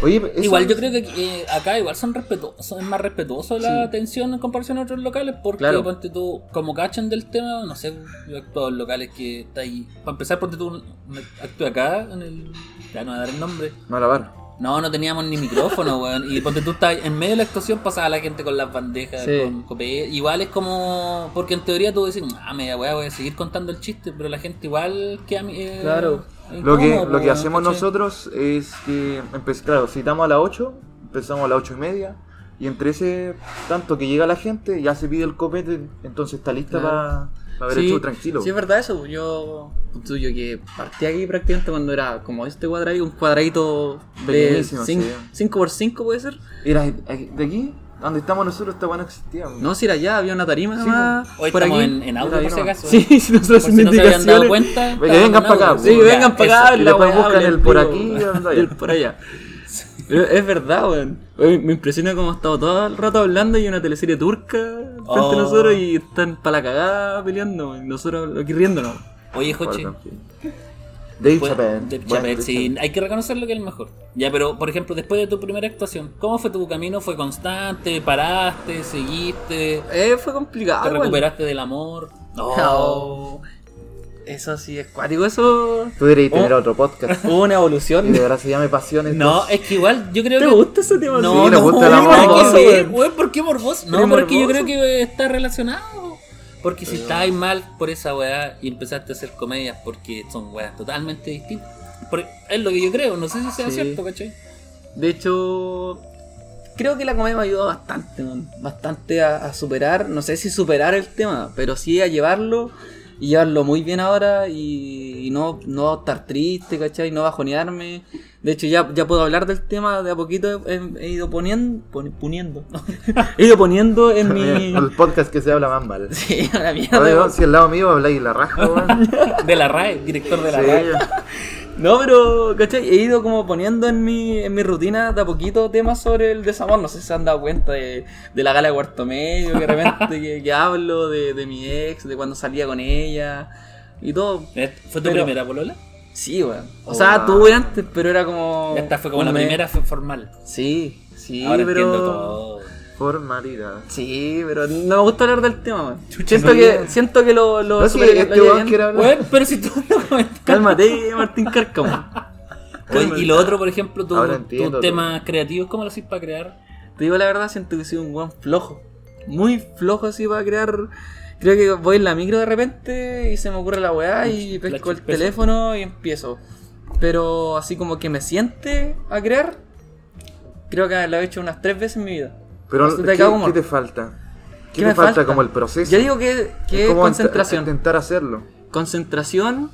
Speaker 2: Oye, eso-
Speaker 1: Igual yo creo que eh, acá igual son respetuosos, son más respetuosos la atención en comparación a otros locales porque
Speaker 3: Claro.
Speaker 1: ponte tú, como cachan del tema, no sé, yo he actuado en locales que está ahí. Para empezar, ponte tú, me- actué acá en el. Ya no voy a dar el nombre.
Speaker 2: Malabar.
Speaker 1: No, no teníamos ni micrófono, weón. Y ponte tú estás en medio de la actuación, pasaba la gente con las bandejas,
Speaker 3: Sí.
Speaker 1: con copete. Igual es como. Porque en teoría tú decís, ah, media weá, voy a seguir contando el chiste, pero la gente igual que a mí. eh,
Speaker 3: Claro.
Speaker 2: Lo que,
Speaker 1: incómodo,
Speaker 2: lo que
Speaker 1: weón,
Speaker 2: hacemos
Speaker 1: ¿cachai?
Speaker 2: nosotros es que, empe- claro, citamos a las 8, empezamos a las 8 y media, y entre ese tanto que llega la gente, ya se pide el copete, entonces está lista
Speaker 3: Claro.
Speaker 2: para, ver el show tranquilo.
Speaker 3: Sí, es verdad eso. pues, Yo, tú, yo que partí aquí prácticamente cuando era como este cuadradito, un cuadradito de
Speaker 2: Pequeñísimo,
Speaker 3: 5
Speaker 2: sí.
Speaker 3: por 5 puede ser.
Speaker 2: Era aquí- eh, de aquí, donde estamos nosotros, esta weá no existía. weón.
Speaker 3: No, si era allá, había una tarima
Speaker 2: Sí, pues.
Speaker 3: nomás,
Speaker 1: Hoy
Speaker 3: por
Speaker 1: estamos
Speaker 3: aquí.
Speaker 1: en, en audio, por
Speaker 2: Mira,
Speaker 1: si
Speaker 2: yo no-
Speaker 1: acaso.
Speaker 3: Sí, si no se
Speaker 1: Por
Speaker 3: las
Speaker 1: si no se habían dado
Speaker 3: indicaciones.
Speaker 1: cuenta.
Speaker 2: Que
Speaker 1: estamos
Speaker 2: vengan
Speaker 1: en
Speaker 2: pa' acá,
Speaker 1: audio.
Speaker 2: pues.
Speaker 3: Sí,
Speaker 2: Ya,
Speaker 3: vengan para acá.
Speaker 2: y
Speaker 3: la
Speaker 2: después
Speaker 3: weá,
Speaker 2: buscan
Speaker 3: hablen
Speaker 2: el por
Speaker 3: pico,
Speaker 2: aquí,
Speaker 3: weón.
Speaker 2: habla ya.
Speaker 3: El por allá. Pero es verdad, weón. Oye, Me impresiona cómo ha estado todo el rato hablando y una teleserie turca frente
Speaker 1: Oh.
Speaker 3: a nosotros y están para la cagada peleando weón, y nosotros aquí riéndonos.
Speaker 1: Oye,
Speaker 2: Por
Speaker 1: Joche.
Speaker 2: tranquilo. Dave
Speaker 1: Pues,
Speaker 2: Chappelle.
Speaker 1: Dave
Speaker 2: bueno,
Speaker 1: Chappelle,
Speaker 2: Dave
Speaker 1: sí, hay que reconocerlo que es el mejor. Ya, pero por ejemplo, después de tu primera actuación, ¿cómo fue tu camino? ¿Fue constante? ¿Paraste? ¿Seguiste?
Speaker 3: Eh,
Speaker 1: ¿Te
Speaker 3: fue complicado. weón.
Speaker 1: recuperaste del amor?
Speaker 3: No. Eso sí, es cuático, eso.
Speaker 2: Chappelle. Tú deberías tener
Speaker 3: Oh.
Speaker 2: otro podcast.
Speaker 3: Hubo una
Speaker 2: y
Speaker 3: evolución.
Speaker 2: de verdad se llame Pasiones.
Speaker 1: No, es que igual yo creo
Speaker 3: ¿Te
Speaker 1: que.
Speaker 3: gusta ese tema?
Speaker 1: No,
Speaker 2: Sí, nos
Speaker 1: no,
Speaker 2: gusta el
Speaker 1: weón,
Speaker 2: amor,
Speaker 1: nada que ver,
Speaker 3: weón.
Speaker 1: weón, ¿por qué morboso? No,
Speaker 3: Eres
Speaker 1: pero es que yo
Speaker 3: morboso.
Speaker 1: creo que está relacionado. Porque si estabas mal por esa weá y empezaste a hacer comedias porque son weas totalmente distintas. Por- es lo que yo creo, no sé si sea
Speaker 3: Sí.
Speaker 1: cierto, ¿cachai?
Speaker 3: De hecho, creo que la comedia me ha ayudado bastante, man. bastante a, a superar, no sé si superar el tema, pero sí a llevarlo y llevarlo muy bien ahora y, y no, no estar triste, ¿cachai? No bajonearme. De hecho, ya, ya puedo hablar del tema de a poquito, he, he ido poniendo, poni- poniendo, he ido poniendo en mi...
Speaker 2: El podcast que se habla más mal.
Speaker 3: sí, a la mierda,
Speaker 2: Oye,
Speaker 3: weón.
Speaker 2: si al lado mío habláis la raja, weón.
Speaker 1: De la RAE, director de la
Speaker 2: Sí.
Speaker 1: RAE.
Speaker 3: No, pero, ¿cachai? He ido como poniendo en mi, en mi rutina de a poquito temas sobre el desamor. No sé si se han dado cuenta de, de la gala de cuarto medio, que de repente que, que hablo de, de mi ex, de cuando salía con ella y todo.
Speaker 1: Eh, ¿Fue tu
Speaker 3: Pero-
Speaker 1: primera polola?
Speaker 3: Sí, weón. O
Speaker 2: Oh,
Speaker 3: sea,
Speaker 2: wow.
Speaker 3: tuve antes, pero era como.
Speaker 1: Ya esta fue como
Speaker 3: un
Speaker 1: la
Speaker 3: mes.
Speaker 1: primera fue formal.
Speaker 3: Sí, sí,
Speaker 1: Ahora
Speaker 3: pero.
Speaker 1: entiendo todo.
Speaker 2: Formalidad.
Speaker 3: Sí, pero no me gusta hablar del tema, weón.
Speaker 2: Chucha,
Speaker 3: Siento
Speaker 2: no
Speaker 3: que,
Speaker 2: digas.
Speaker 3: siento que lo. lo
Speaker 2: No, sí,
Speaker 3: superé- lo
Speaker 2: este
Speaker 3: llevé
Speaker 2: weón
Speaker 3: bien.
Speaker 2: quiere hablar.
Speaker 1: Weón, pero si tú no comentas.
Speaker 3: Cálmate, Martín Cárcamo.
Speaker 1: Oye, Y lo otro, por ejemplo, tu-
Speaker 2: Ahora
Speaker 1: tus
Speaker 2: entiendo
Speaker 1: temas creativos, ¿cómo lo haces para crear?
Speaker 3: Te digo la verdad, siento que soy un buen flojo. Muy flojo así para crear. Creo que voy en la micro de repente y se me ocurre la weá y
Speaker 1: La
Speaker 3: pesco el
Speaker 1: chispeza.
Speaker 3: teléfono y empiezo. Pero así como que me siente a crear, creo que lo he hecho unas tres veces en mi vida.
Speaker 2: Pero,
Speaker 3: Hasta
Speaker 2: ¿qué,
Speaker 3: te cago, amor.
Speaker 2: qué te falta? ¿Qué,
Speaker 3: ¿Qué
Speaker 2: te
Speaker 3: me
Speaker 2: falta? como el proceso?
Speaker 3: Yo digo que, que es
Speaker 2: como int-
Speaker 3: concentración.
Speaker 2: Intentar hacerlo.
Speaker 3: Concentración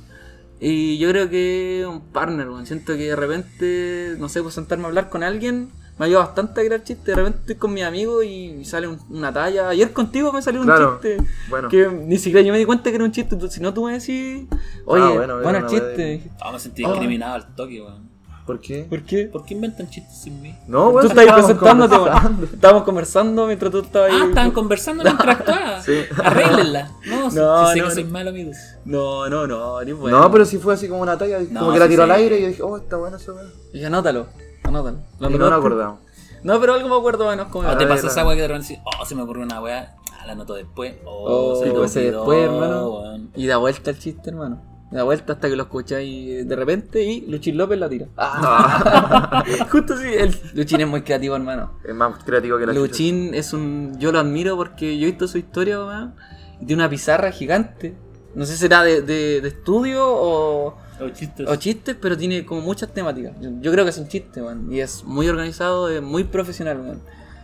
Speaker 3: y yo creo que un partner, weón. Siento que de repente, no sé, pues sentarme a hablar con alguien me ayuda bastante a crear chistes. De repente estoy con mi amigo y sale un- una talla. Ayer contigo me salió un
Speaker 2: Claro,
Speaker 3: chiste.
Speaker 2: bueno. Ah,
Speaker 3: Que ni siquiera yo me di cuenta que era un chiste. Tú- Si no, tú me decís, oye,
Speaker 2: bueno, era
Speaker 3: bueno,
Speaker 2: una
Speaker 3: chiste.
Speaker 2: weá
Speaker 1: Vamos a sentir
Speaker 2: Oh.
Speaker 1: discriminado al toque, weón.
Speaker 2: ¿Por qué?
Speaker 3: ¿Por qué?
Speaker 1: ¿Por qué inventan chistes sin mí?
Speaker 2: No, bueno,
Speaker 3: tú estabas
Speaker 2: estábamos
Speaker 3: presentándote, weón.
Speaker 2: conversando.
Speaker 3: Estábamos conversando mientras tú estabas
Speaker 1: Ah,
Speaker 3: ahí.
Speaker 1: estaban conversando mientras actuaba.
Speaker 2: Sí.
Speaker 1: Arréglenla. No, si-
Speaker 3: No,
Speaker 1: si sé
Speaker 3: no,
Speaker 1: que soy
Speaker 3: no.
Speaker 1: malo, amigos.
Speaker 3: No, no, no, ni bueno.
Speaker 2: No, pero si fue así como una talla,
Speaker 1: No,
Speaker 2: como que la
Speaker 1: sí,
Speaker 2: tiró
Speaker 1: sí.
Speaker 2: al aire y yo dije, oh, está buena esa weá.
Speaker 3: Y anótalo, anótalo. Lo
Speaker 2: Y no
Speaker 3: anotaste.
Speaker 2: nos acordamos.
Speaker 3: No, pero algo me acuerdo menos como.
Speaker 1: O
Speaker 2: Ah,
Speaker 1: te
Speaker 2: a
Speaker 1: pasa
Speaker 2: ver,
Speaker 1: esa
Speaker 2: a
Speaker 1: weá que te van a decir, oh, se me ocurrió una weá, ah, la anoto después. Oh,
Speaker 3: Oh,
Speaker 1: se me
Speaker 3: ese
Speaker 1: olvidó,
Speaker 3: después, hermano.
Speaker 1: weón.
Speaker 3: Y da vuelta el chiste, hermano. Da vuelta hasta que lo escucháis de repente y Luchín López la tira. Ah. Justo así. El... Luchín es muy creativo, hermano.
Speaker 2: Es más creativo que la chucha.
Speaker 3: Luchín es un. Yo lo admiro porque yo he visto su historia, weón. Y tiene una pizarra gigante. No sé si será de, de- de estudio o,
Speaker 1: O Oh, chistes.
Speaker 3: o chistes, pero tiene como muchas temáticas. Yo, yo creo que es un chiste, weón. Y es muy organizado, es muy profesional, weón.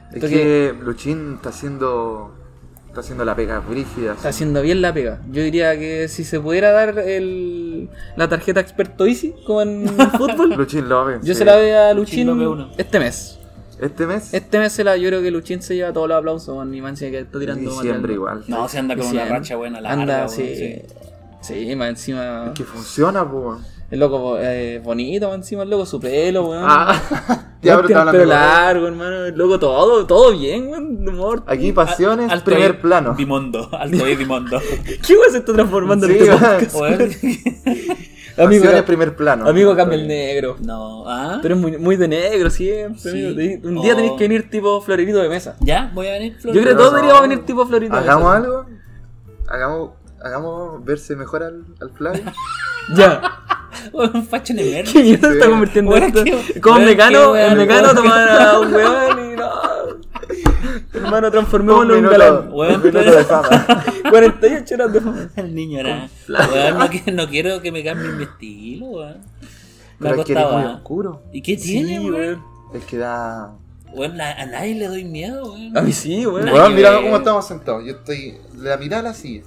Speaker 2: Es
Speaker 3: Esto
Speaker 2: que,
Speaker 3: que-
Speaker 2: Luchín está haciendo. Está haciendo la pega brígida.
Speaker 3: Está
Speaker 2: así.
Speaker 3: haciendo bien la pega. Yo diría que si se pudiera dar el, la tarjeta experto Easy como en fútbol,
Speaker 2: Luchín López.
Speaker 3: yo
Speaker 2: sí.
Speaker 3: se la doy a
Speaker 1: Luchín
Speaker 3: Luchín,
Speaker 1: López uno.
Speaker 3: este mes.
Speaker 2: Este mes.
Speaker 3: Este mes se la, yo creo que Luchín se lleva todos los aplausos, bueno, y más encima que está tirando
Speaker 2: diciembre
Speaker 3: material.
Speaker 2: igual.
Speaker 1: No, se anda con
Speaker 3: Diciembre.
Speaker 1: una racha buena, la
Speaker 3: Anda,
Speaker 1: larga,
Speaker 3: sí.
Speaker 1: weón, sí.
Speaker 3: Sí, más encima.
Speaker 2: Que funciona, po. weón.
Speaker 3: El loco eh, bonito, más encima el loco su pelo, weón.
Speaker 2: Ah,
Speaker 3: Ya,
Speaker 2: ya, pero está
Speaker 3: tiene el
Speaker 2: hablando. con él.
Speaker 3: pelo largo, hermano. El loco todo, todo bien, weón. Humor.
Speaker 2: Aquí pasiones,
Speaker 1: Al- alto
Speaker 2: primer
Speaker 1: ahí,
Speaker 2: plano.
Speaker 1: Bimondo, alto ahí, Bimondo.
Speaker 3: ¿Qué weón se está transformando
Speaker 2: Sí,
Speaker 3: en este
Speaker 2: weón.
Speaker 3: podcast?
Speaker 1: Weón.
Speaker 3: Amigo,
Speaker 2: Pasiones,
Speaker 3: ca-
Speaker 2: primer plano.
Speaker 3: amigo, cambia el negro.
Speaker 1: No, ah.
Speaker 3: Pero es muy, muy de negro siempre,
Speaker 1: Sí.
Speaker 3: amigo. Te- Un día
Speaker 1: Oh.
Speaker 3: tenés que venir tipo florerito de mesa.
Speaker 1: Ya, voy a venir, Flor.
Speaker 3: Yo creo que
Speaker 2: Pero
Speaker 3: todos
Speaker 2: no.
Speaker 3: deberíamos venir tipo florerito de mesa.
Speaker 2: Hagamos algo. Hagamos. Hagamos verse mejor al, al Flavio.
Speaker 3: Ya.
Speaker 1: Weón, facho en el verde.
Speaker 3: ¿Qué mierda
Speaker 2: Sí.
Speaker 3: está convirtiendo
Speaker 1: Weón,
Speaker 3: esto?
Speaker 1: qué-
Speaker 3: Como un
Speaker 1: weón,
Speaker 3: mecano,
Speaker 1: qué
Speaker 3: el
Speaker 1: weón,
Speaker 3: mecano
Speaker 1: weón.
Speaker 3: tomar a un weón y no. Hermano, transformémoslo
Speaker 2: Un
Speaker 3: en un
Speaker 2: minuto-
Speaker 3: galán.
Speaker 1: Weón,
Speaker 2: un minuto
Speaker 1: pero-
Speaker 2: de fama.
Speaker 3: 48 horas de fama.
Speaker 1: El niño era. Weón, no, que- no quiero que me cambien mi estilo, weón. Me ha
Speaker 2: Pero es que eres muy
Speaker 1: costado. ah.
Speaker 2: oscuro.
Speaker 1: ¿Y qué tiene,
Speaker 3: Sí,
Speaker 1: weón?
Speaker 2: Es que da.
Speaker 1: Weón, la- a nadie le doy miedo, weón.
Speaker 3: A mí sí, weón.
Speaker 1: Nada
Speaker 2: Weón,
Speaker 1: que
Speaker 2: mira
Speaker 1: ver.
Speaker 2: cómo estamos sentados. Yo estoy. La mirada la sigue.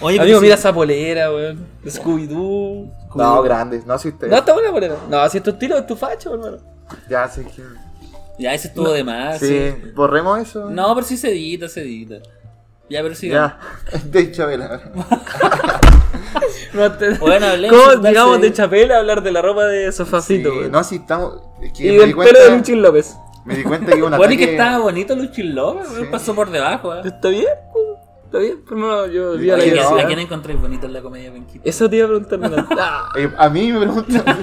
Speaker 1: Oye,
Speaker 3: Amigo,
Speaker 1: pero
Speaker 3: mira
Speaker 1: sí,
Speaker 3: esa polera, weón. Scooby-Doo.
Speaker 2: No, grandes. No, si usted.
Speaker 3: No, está buena polera. No, si es tu estilo, es tu facho, hermano.
Speaker 2: Ya sé que.
Speaker 1: Ya, ese estuvo de más.
Speaker 2: sí,
Speaker 1: Ah, sí.
Speaker 2: borremos eso.
Speaker 1: No, pero sí se edita, se edita. Ya, pero sí.
Speaker 2: Ya. De Chabela.
Speaker 3: No te...
Speaker 1: Bueno, hablemos
Speaker 3: ¿Cómo
Speaker 1: entonces-
Speaker 3: llegamos de chapela a hablar de la ropa de sofacito,
Speaker 2: Sí,
Speaker 3: weón?
Speaker 2: no, si estamos. es que
Speaker 3: Y
Speaker 2: me,
Speaker 3: del
Speaker 2: di
Speaker 3: pelo
Speaker 2: cuenta,
Speaker 3: de Luchín López.
Speaker 2: me di cuenta que hubo un
Speaker 1: Bueno, y
Speaker 2: ataque-
Speaker 1: que estaba bonito Luchin López, weón, pasó por debajo. ah.
Speaker 3: ¿Está bien? po? ¿Está bien? Primero yo vi a la
Speaker 1: Oye,
Speaker 2: Oye,
Speaker 1: ¿a-
Speaker 2: no,
Speaker 1: ¿a
Speaker 2: eh.
Speaker 1: quién
Speaker 3: iglesia.
Speaker 1: encontráis bonito en la comedia penquita?
Speaker 3: Eso te iba a preguntar, Renato. Ah,
Speaker 2: Eh, a mí me preguntan.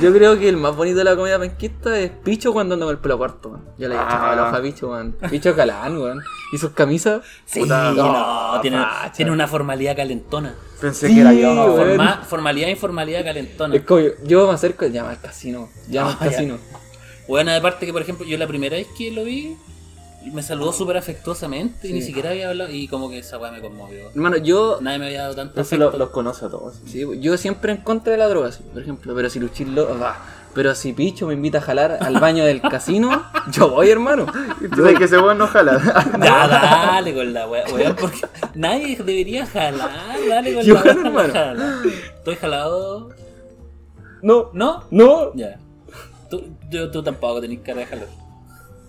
Speaker 3: Yo creo que el más bonito de la comedia penquista es Picho cuando anda con el pelo corto, weón. Yo le he dicho,
Speaker 2: Ah.
Speaker 3: "Ah, la hoja Picho, weón. Picho Calán, weón. Y sus camisas.
Speaker 1: Sí,
Speaker 2: Puta,
Speaker 1: no,
Speaker 2: no,
Speaker 1: tiene,
Speaker 3: facha.
Speaker 1: tiene una formalidad calentona.
Speaker 2: Pensé
Speaker 3: Sí,
Speaker 2: que era yo.
Speaker 3: weón.
Speaker 1: Forma- formalidad e informalidad calentona.
Speaker 3: Es como yo, yo me acerco y llama al casino. Llama al
Speaker 1: Ah, ya.
Speaker 3: casino.
Speaker 1: Bueno, aparte que, por ejemplo, yo la primera vez que lo vi, me saludó súper afectuosamente y ni siquiera había hablado. Y como que esa weá me conmovió.
Speaker 3: Hermano, yo.
Speaker 1: Nadie me había dado tanto
Speaker 2: Entonces
Speaker 1: afecto.
Speaker 2: lo- los conoce a todos.
Speaker 3: sí, yo siempre en contra de la droga, sí, por ejemplo. Pero si Luchín lo. va. Pero si Picho me invita a jalar al baño del casino, yo voy, hermano.
Speaker 2: Yo sé que ese weón no jala.
Speaker 1: Ya, dale con la wea, weón, porque nadie debería jalar, dale con
Speaker 3: Yo
Speaker 1: la
Speaker 3: jalo,
Speaker 1: wea,
Speaker 3: hermano.
Speaker 1: jala. Estoy jalado.
Speaker 3: No, no,
Speaker 1: ¿No?
Speaker 3: no.
Speaker 1: Ya. Tú, yo- tú tampoco tenés cara de jalar.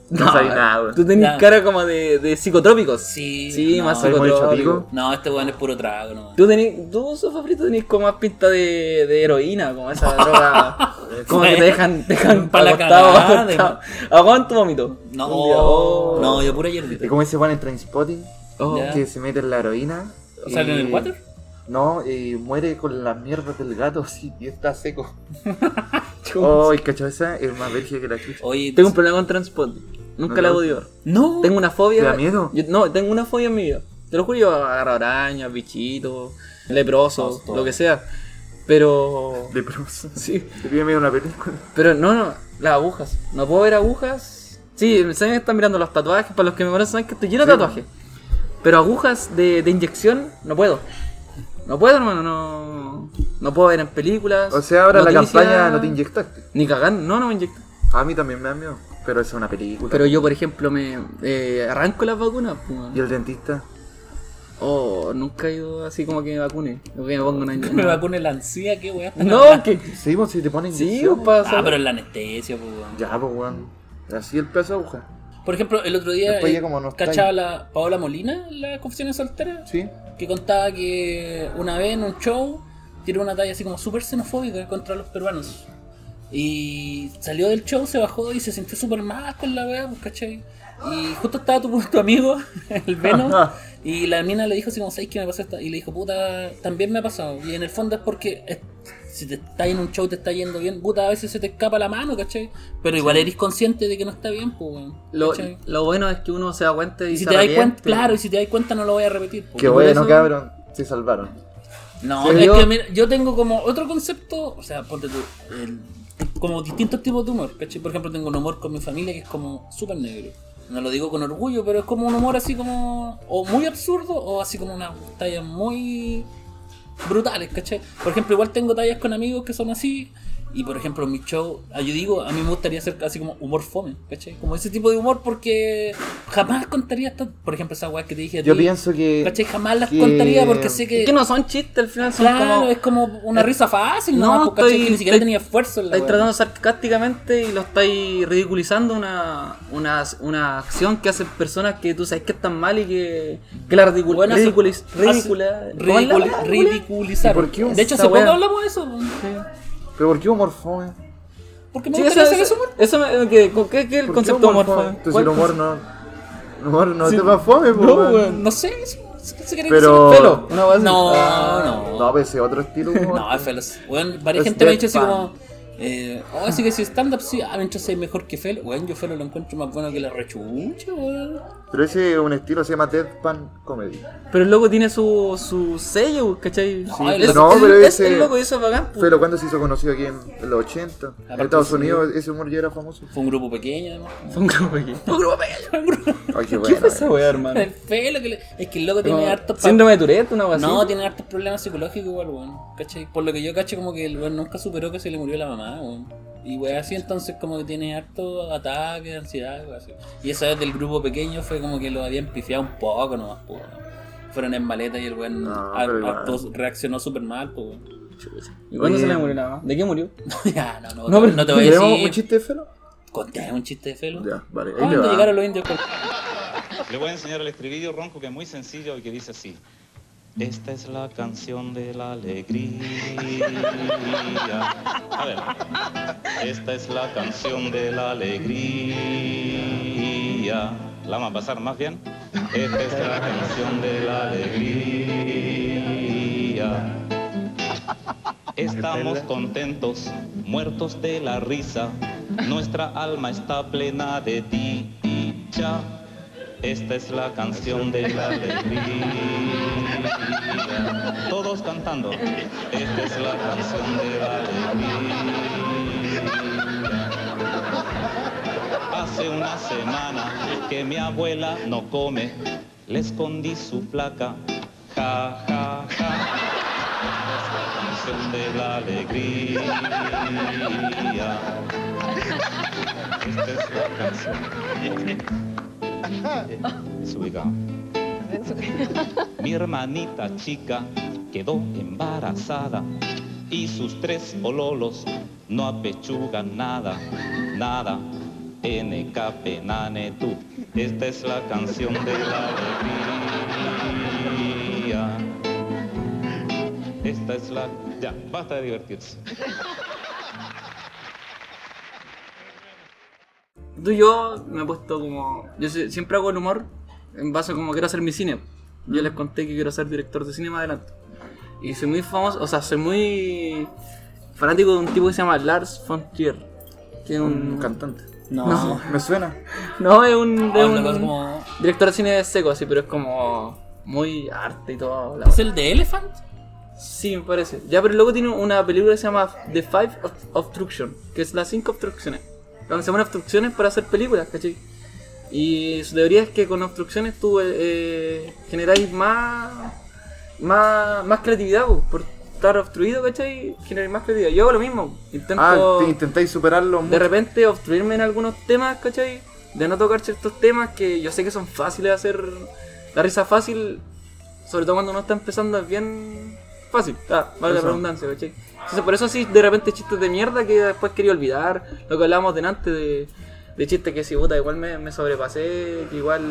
Speaker 2: No sabes nada, weón.
Speaker 3: Tú tenés
Speaker 1: Ya.
Speaker 3: cara como de, de psicotrópicos.
Speaker 1: Sí,
Speaker 3: Sí,
Speaker 1: no.
Speaker 3: más
Speaker 2: Soy muy
Speaker 3: psicotrópico.
Speaker 2: chotico.
Speaker 1: No, este weón es puro trago, no.
Speaker 3: Tú tenés, tú, Sofá Frito, tenés como más pinta de, de heroína, como esa droga. eh, como que te dejan, te dejan
Speaker 1: Pa' la
Speaker 3: acostado,
Speaker 1: cagada,
Speaker 3: acostado. Aguanta un vómito.
Speaker 1: No,
Speaker 3: Un día, oh.
Speaker 1: no, yo pura hierbita.
Speaker 2: Es como ese weón en Trainspotting
Speaker 3: Oh.
Speaker 1: Ya.
Speaker 2: que se mete en la heroína. y-
Speaker 1: ¿Sale en el water?
Speaker 2: No, y muere con las mierdas del gato así y está seco.
Speaker 3: Oh.
Speaker 2: Oh, y cacho, esa es más verga que la chucha.
Speaker 1: Oye,
Speaker 3: Tengo un problema con transporte. Nunca
Speaker 2: No
Speaker 3: la
Speaker 2: te-
Speaker 3: voy a ver.
Speaker 1: no.
Speaker 3: Tengo una fobia.
Speaker 2: ¿Te da miedo?
Speaker 3: yo- no, tengo una fobia en mi vida. Te lo juro, yo agarro arañas, bichitos, leprosos,
Speaker 1: Hostia.
Speaker 3: lo que sea. Pero.
Speaker 2: De prosa.
Speaker 3: Sí.
Speaker 2: Te pide medio una película.
Speaker 3: Pero no, no, las agujas. No puedo ver agujas. Sí, saben que están mirando los tatuajes. Para los que me conocen, saben que estoy lleno de
Speaker 2: Sí.
Speaker 3: tatuajes. Pero agujas de, de inyección, no puedo. No puedo, hermano, no. No puedo ver en películas.
Speaker 2: O sea, ahora
Speaker 3: noticias.
Speaker 2: la campaña no te inyectaste.
Speaker 3: Ni cagando, no, no me inyecto.
Speaker 2: A mí también me da miedo, pero esa es una película.
Speaker 3: Pero yo, por ejemplo, me eh, arranco las vacunas. pues,
Speaker 2: ¿Y el dentista?
Speaker 3: Oh, nunca he ido así como que me vacune. O que me pongo una.
Speaker 1: Me vacune la ansía, qué weá.
Speaker 3: No, que.
Speaker 2: Sí, pues si te ponen
Speaker 3: Sí,
Speaker 2: inyección.
Speaker 3: pasa.
Speaker 1: Ah, pero es la anestesia, pues, weón.
Speaker 2: Ya, pues weón. Así el peso aguja.
Speaker 1: Por ejemplo, el otro día
Speaker 2: Después
Speaker 1: eh,
Speaker 2: ya como no está
Speaker 1: cachaba
Speaker 2: ahí.
Speaker 1: la Paola Molina, la confesión soltera,
Speaker 2: Sí.
Speaker 1: que contaba que una vez en un show tiró una talla así como súper xenofóbica contra los peruanos. Y salió del show, se bajó y se sintió súper mal con la weá, pues, ¿cachai? Y justo estaba tu, tu amigo, el Venom, y la mina le dijo así como, ¿sabes qué me pasó esta? Y le dijo, puta, también me ha pasado. Y en el fondo es porque eh, si te está en un show, te está yendo bien, puta, a veces se te escapa la mano, ¿cachai? Pero igual eres consciente de que no está bien, pues, weón.
Speaker 3: Lo,
Speaker 1: ¿cachai?
Speaker 3: lo bueno es que uno se da cuenta y,
Speaker 1: Y si
Speaker 3: se
Speaker 1: te das cuenta,
Speaker 3: arrepiente.
Speaker 1: claro, y si te das cuenta no lo voy a repetir. pues.
Speaker 2: Qué
Speaker 3: por
Speaker 2: bueno,
Speaker 3: eso-
Speaker 2: cabrón. Se salvaron.
Speaker 1: No,
Speaker 3: Se
Speaker 1: es
Speaker 3: vio-
Speaker 1: que mira, yo tengo como otro concepto, o sea, ponte tú, el- como distintos tipos de humor, ¿cachai? Por ejemplo, tengo un humor con mi familia que es como súper negro. No lo digo con orgullo, pero es como un humor así como, o muy absurdo, o así como unas tallas muy brutales, ¿cachai? Por ejemplo, igual tengo tallas con amigos que son así, y por ejemplo, en mi show, ah, yo digo, a mí me gustaría hacer así como humor fome, ¿cachai? Como ese tipo de humor porque jamás contaría estas, por ejemplo, esa weá que te dije a
Speaker 2: Yo
Speaker 1: ti,
Speaker 2: pienso que.
Speaker 1: ¿cachai? Jamás las
Speaker 2: que-
Speaker 1: contaría porque sé
Speaker 3: Es que no son chistes, al final son
Speaker 1: Claro,
Speaker 3: como...
Speaker 1: es como una
Speaker 3: es-
Speaker 1: risa fácil,
Speaker 3: No,
Speaker 1: no, Pues, ¿cachai?
Speaker 3: estoy-
Speaker 1: que ni siquiera
Speaker 3: estoy-
Speaker 1: tenía esfuerzo en la
Speaker 3: Estáis
Speaker 1: wea.
Speaker 3: tratando sarcásticamente y lo estáis ridiculizando una, una, una acción que hacen personas que tú sabes que están mal y que, que la ridicul
Speaker 1: Bueno, hace-
Speaker 3: ridiculiz
Speaker 1: hace-
Speaker 3: ridicula ¿cómo es la
Speaker 1: ridicul-
Speaker 3: palabra?
Speaker 1: ridiculizar.
Speaker 2: ¿Y por qué
Speaker 1: De hecho, hace
Speaker 3: esa
Speaker 1: poco
Speaker 3: wea?
Speaker 1: hablamos de eso.
Speaker 2: Pero ¿por qué humor fome?
Speaker 1: Porque me
Speaker 3: Sí, eso,
Speaker 1: gustaría hacer
Speaker 3: eso,
Speaker 1: eso. weón.
Speaker 3: eso me, que- con- ¿qué, qué es el
Speaker 2: ¿Por qué
Speaker 3: concepto humor fome?
Speaker 2: Entonces
Speaker 3: ¿Cuál
Speaker 2: el humor
Speaker 3: conce-
Speaker 2: no. El humor no te va fome, po, weón.
Speaker 1: No sé, eso- eso que se cree que
Speaker 2: Pero.
Speaker 1: sea-
Speaker 3: Felo, una wea así.
Speaker 1: No,
Speaker 2: Ah,
Speaker 1: no.
Speaker 2: No, pero ese otro estilo. humor.
Speaker 1: No, es felos. Bueno, varias
Speaker 2: Es
Speaker 1: gente me ha dicho así
Speaker 2: deadpan.
Speaker 1: como. Eh, oh, así que si stand-up sí, ah, mientras es mejor que Felo. Bueno, yo Felo lo encuentro más bueno que la rechucha, weón.
Speaker 2: Pero ese es un estilo, se llama Deadpan Comedy.
Speaker 3: Pero el loco tiene su, su sello, ¿cachai?
Speaker 1: pero
Speaker 3: Es-
Speaker 2: no,
Speaker 3: es-
Speaker 2: pero
Speaker 3: es,
Speaker 2: ese-
Speaker 3: el loco hizo bacán. pues.
Speaker 2: Felo, ¿cuándo se hizo conocido aquí en en los 80? En
Speaker 1: Aparte
Speaker 2: Estados
Speaker 1: de
Speaker 2: Unidos ese humor ya era famoso.
Speaker 1: Fue un grupo pequeño, además.
Speaker 3: Fue un grupo pequeño. Fue un grupo pequeño.
Speaker 2: Ay, qué
Speaker 3: ¿Qué
Speaker 2: bueno. eh.
Speaker 3: fue esa weá, hermano?
Speaker 1: El Felo, que le- es que el loco
Speaker 3: Como
Speaker 1: tiene hartos pa-
Speaker 3: Síndrome de Tourette, una
Speaker 2: ¿Ah,
Speaker 3: weá
Speaker 1: No,
Speaker 3: así.
Speaker 1: tiene hartos problemas psicológicos igual, weón. ¿Cachai? Por lo que yo caché, como que el weón nunca superó que se le murió la mamá, weón. Y weón así, entonces como que tiene harto ataque, ansiedad, weón así. Y esa vez del grupo pequeño fue como que lo habían pifiado un poco nomás, po, weón. Fueron en maleta y el weón
Speaker 2: No,
Speaker 1: a-
Speaker 2: pero igual.
Speaker 1: actuó- reaccionó súper mal, po, weón.
Speaker 3: ¿Y cuándo se le
Speaker 2: Bien.
Speaker 3: murió la mamá? ¿De qué murió?
Speaker 1: ya, no, no,
Speaker 3: No,
Speaker 1: no,
Speaker 3: pero
Speaker 1: te voy a
Speaker 2: ¿Tenemos un
Speaker 1: decir.
Speaker 2: chiste de Felo?
Speaker 1: Conté un chiste de Felo.
Speaker 2: Ya, vale. Ahí le
Speaker 1: ¿Cuándo
Speaker 2: va.
Speaker 1: llegaron los indios?
Speaker 5: Le voy a enseñar el estribillo ronco que es muy sencillo y que dice así. Esta es la canción de la alegría. A ver. Esta es la canción de la alegría. La vamos a pasar más bien. Esta es la canción de la alegría. Estamos contentos, muertos de la risa. Nuestra alma está plena de dicha. Esta es la canción de la alegría. Todos cantando. Esta es la canción de la alegría. Hace una semana que mi abuela no come. Le escondí su placa. Ja, ja, ja canción de la alegría. Esta es la canción. Desubicado. Mi hermanita chica quedó embarazada y sus tres ololos no apechugan nada, nada. NKP nane tú. Esta es la canción de la alegría. Esta es la... Ya, basta de divertirse.
Speaker 3: Tú y yo me he puesto como. Yo si- siempre hago el humor en base a como quiero hacer mi cine. Yo les conté que quiero ser director de cine más adelante. Y soy muy famoso, o sea, soy muy fanático de un tipo que se llama Lars von Trier. Que es
Speaker 2: Un
Speaker 3: un.
Speaker 2: cantante.
Speaker 1: No.
Speaker 3: No.
Speaker 2: Me suena.
Speaker 3: No, es un.
Speaker 1: Ah,
Speaker 3: es
Speaker 1: una
Speaker 3: un
Speaker 1: cosa como-
Speaker 3: Director de cine seco, así, pero es como. Muy arte y todo. la-
Speaker 1: ¿Es el de Elephant?
Speaker 3: Sí, me parece. Ya, pero luego tiene una película que se llama The Five Ob- Obstruction, que es las cinco obstrucciones. Donde se ponen obstrucciones para hacer películas, ¿cachai? Y su teoría es que con obstrucciones tú eh, eh, generáis más, más, más creatividad, po. por estar obstruido, ¿cachai? Generáis más creatividad. Yo hago lo mismo, intento
Speaker 2: Ah, te intentáis superarlo.
Speaker 3: de
Speaker 2: mucho.
Speaker 3: repente obstruirme en algunos temas, ¿cachai? De no tocar ciertos temas que yo sé que son fáciles de hacer. La risa fácil, sobre todo cuando uno está empezando, es bien fácil. Ah, vale la
Speaker 2: Eso.
Speaker 3: redundancia, ¿cachai? Entonces, por eso sí, de repente chistes de mierda que después quería olvidar. Lo que hablábamos delante de, de chistes que si puta, igual me, me sobrepasé, que igual,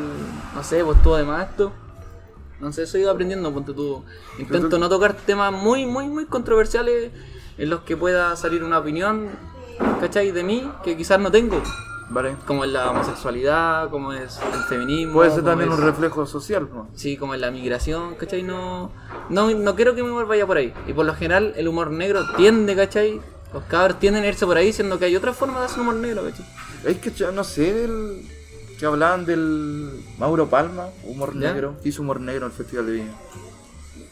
Speaker 3: no sé, pues todo de más esto. Entonces eso he ido aprendiendo, ponte tú. Intento
Speaker 2: tú-
Speaker 3: no tocar temas muy, muy, muy controversiales en los que pueda salir una opinión, ¿cachai? De mí que quizás no tengo.
Speaker 2: Vale.
Speaker 3: Como es la homosexualidad, como es el feminismo.
Speaker 2: Puede ser
Speaker 3: como
Speaker 2: también
Speaker 3: es-
Speaker 2: un reflejo social, ¿no?
Speaker 3: Sí, como en la migración, ¿cachai? No, no, no quiero que mi humor vaya por ahí. Y por lo general el humor negro tiende, ¿cachai? Los cabros tienden a irse por ahí diciendo que hay otra forma de hacer humor negro, ¿cachai?
Speaker 2: Es que yo no sé del. Que hablaban del Mauro Palma, humor
Speaker 3: ¿Ya?
Speaker 2: negro. Hizo humor negro en el Festival de Viña.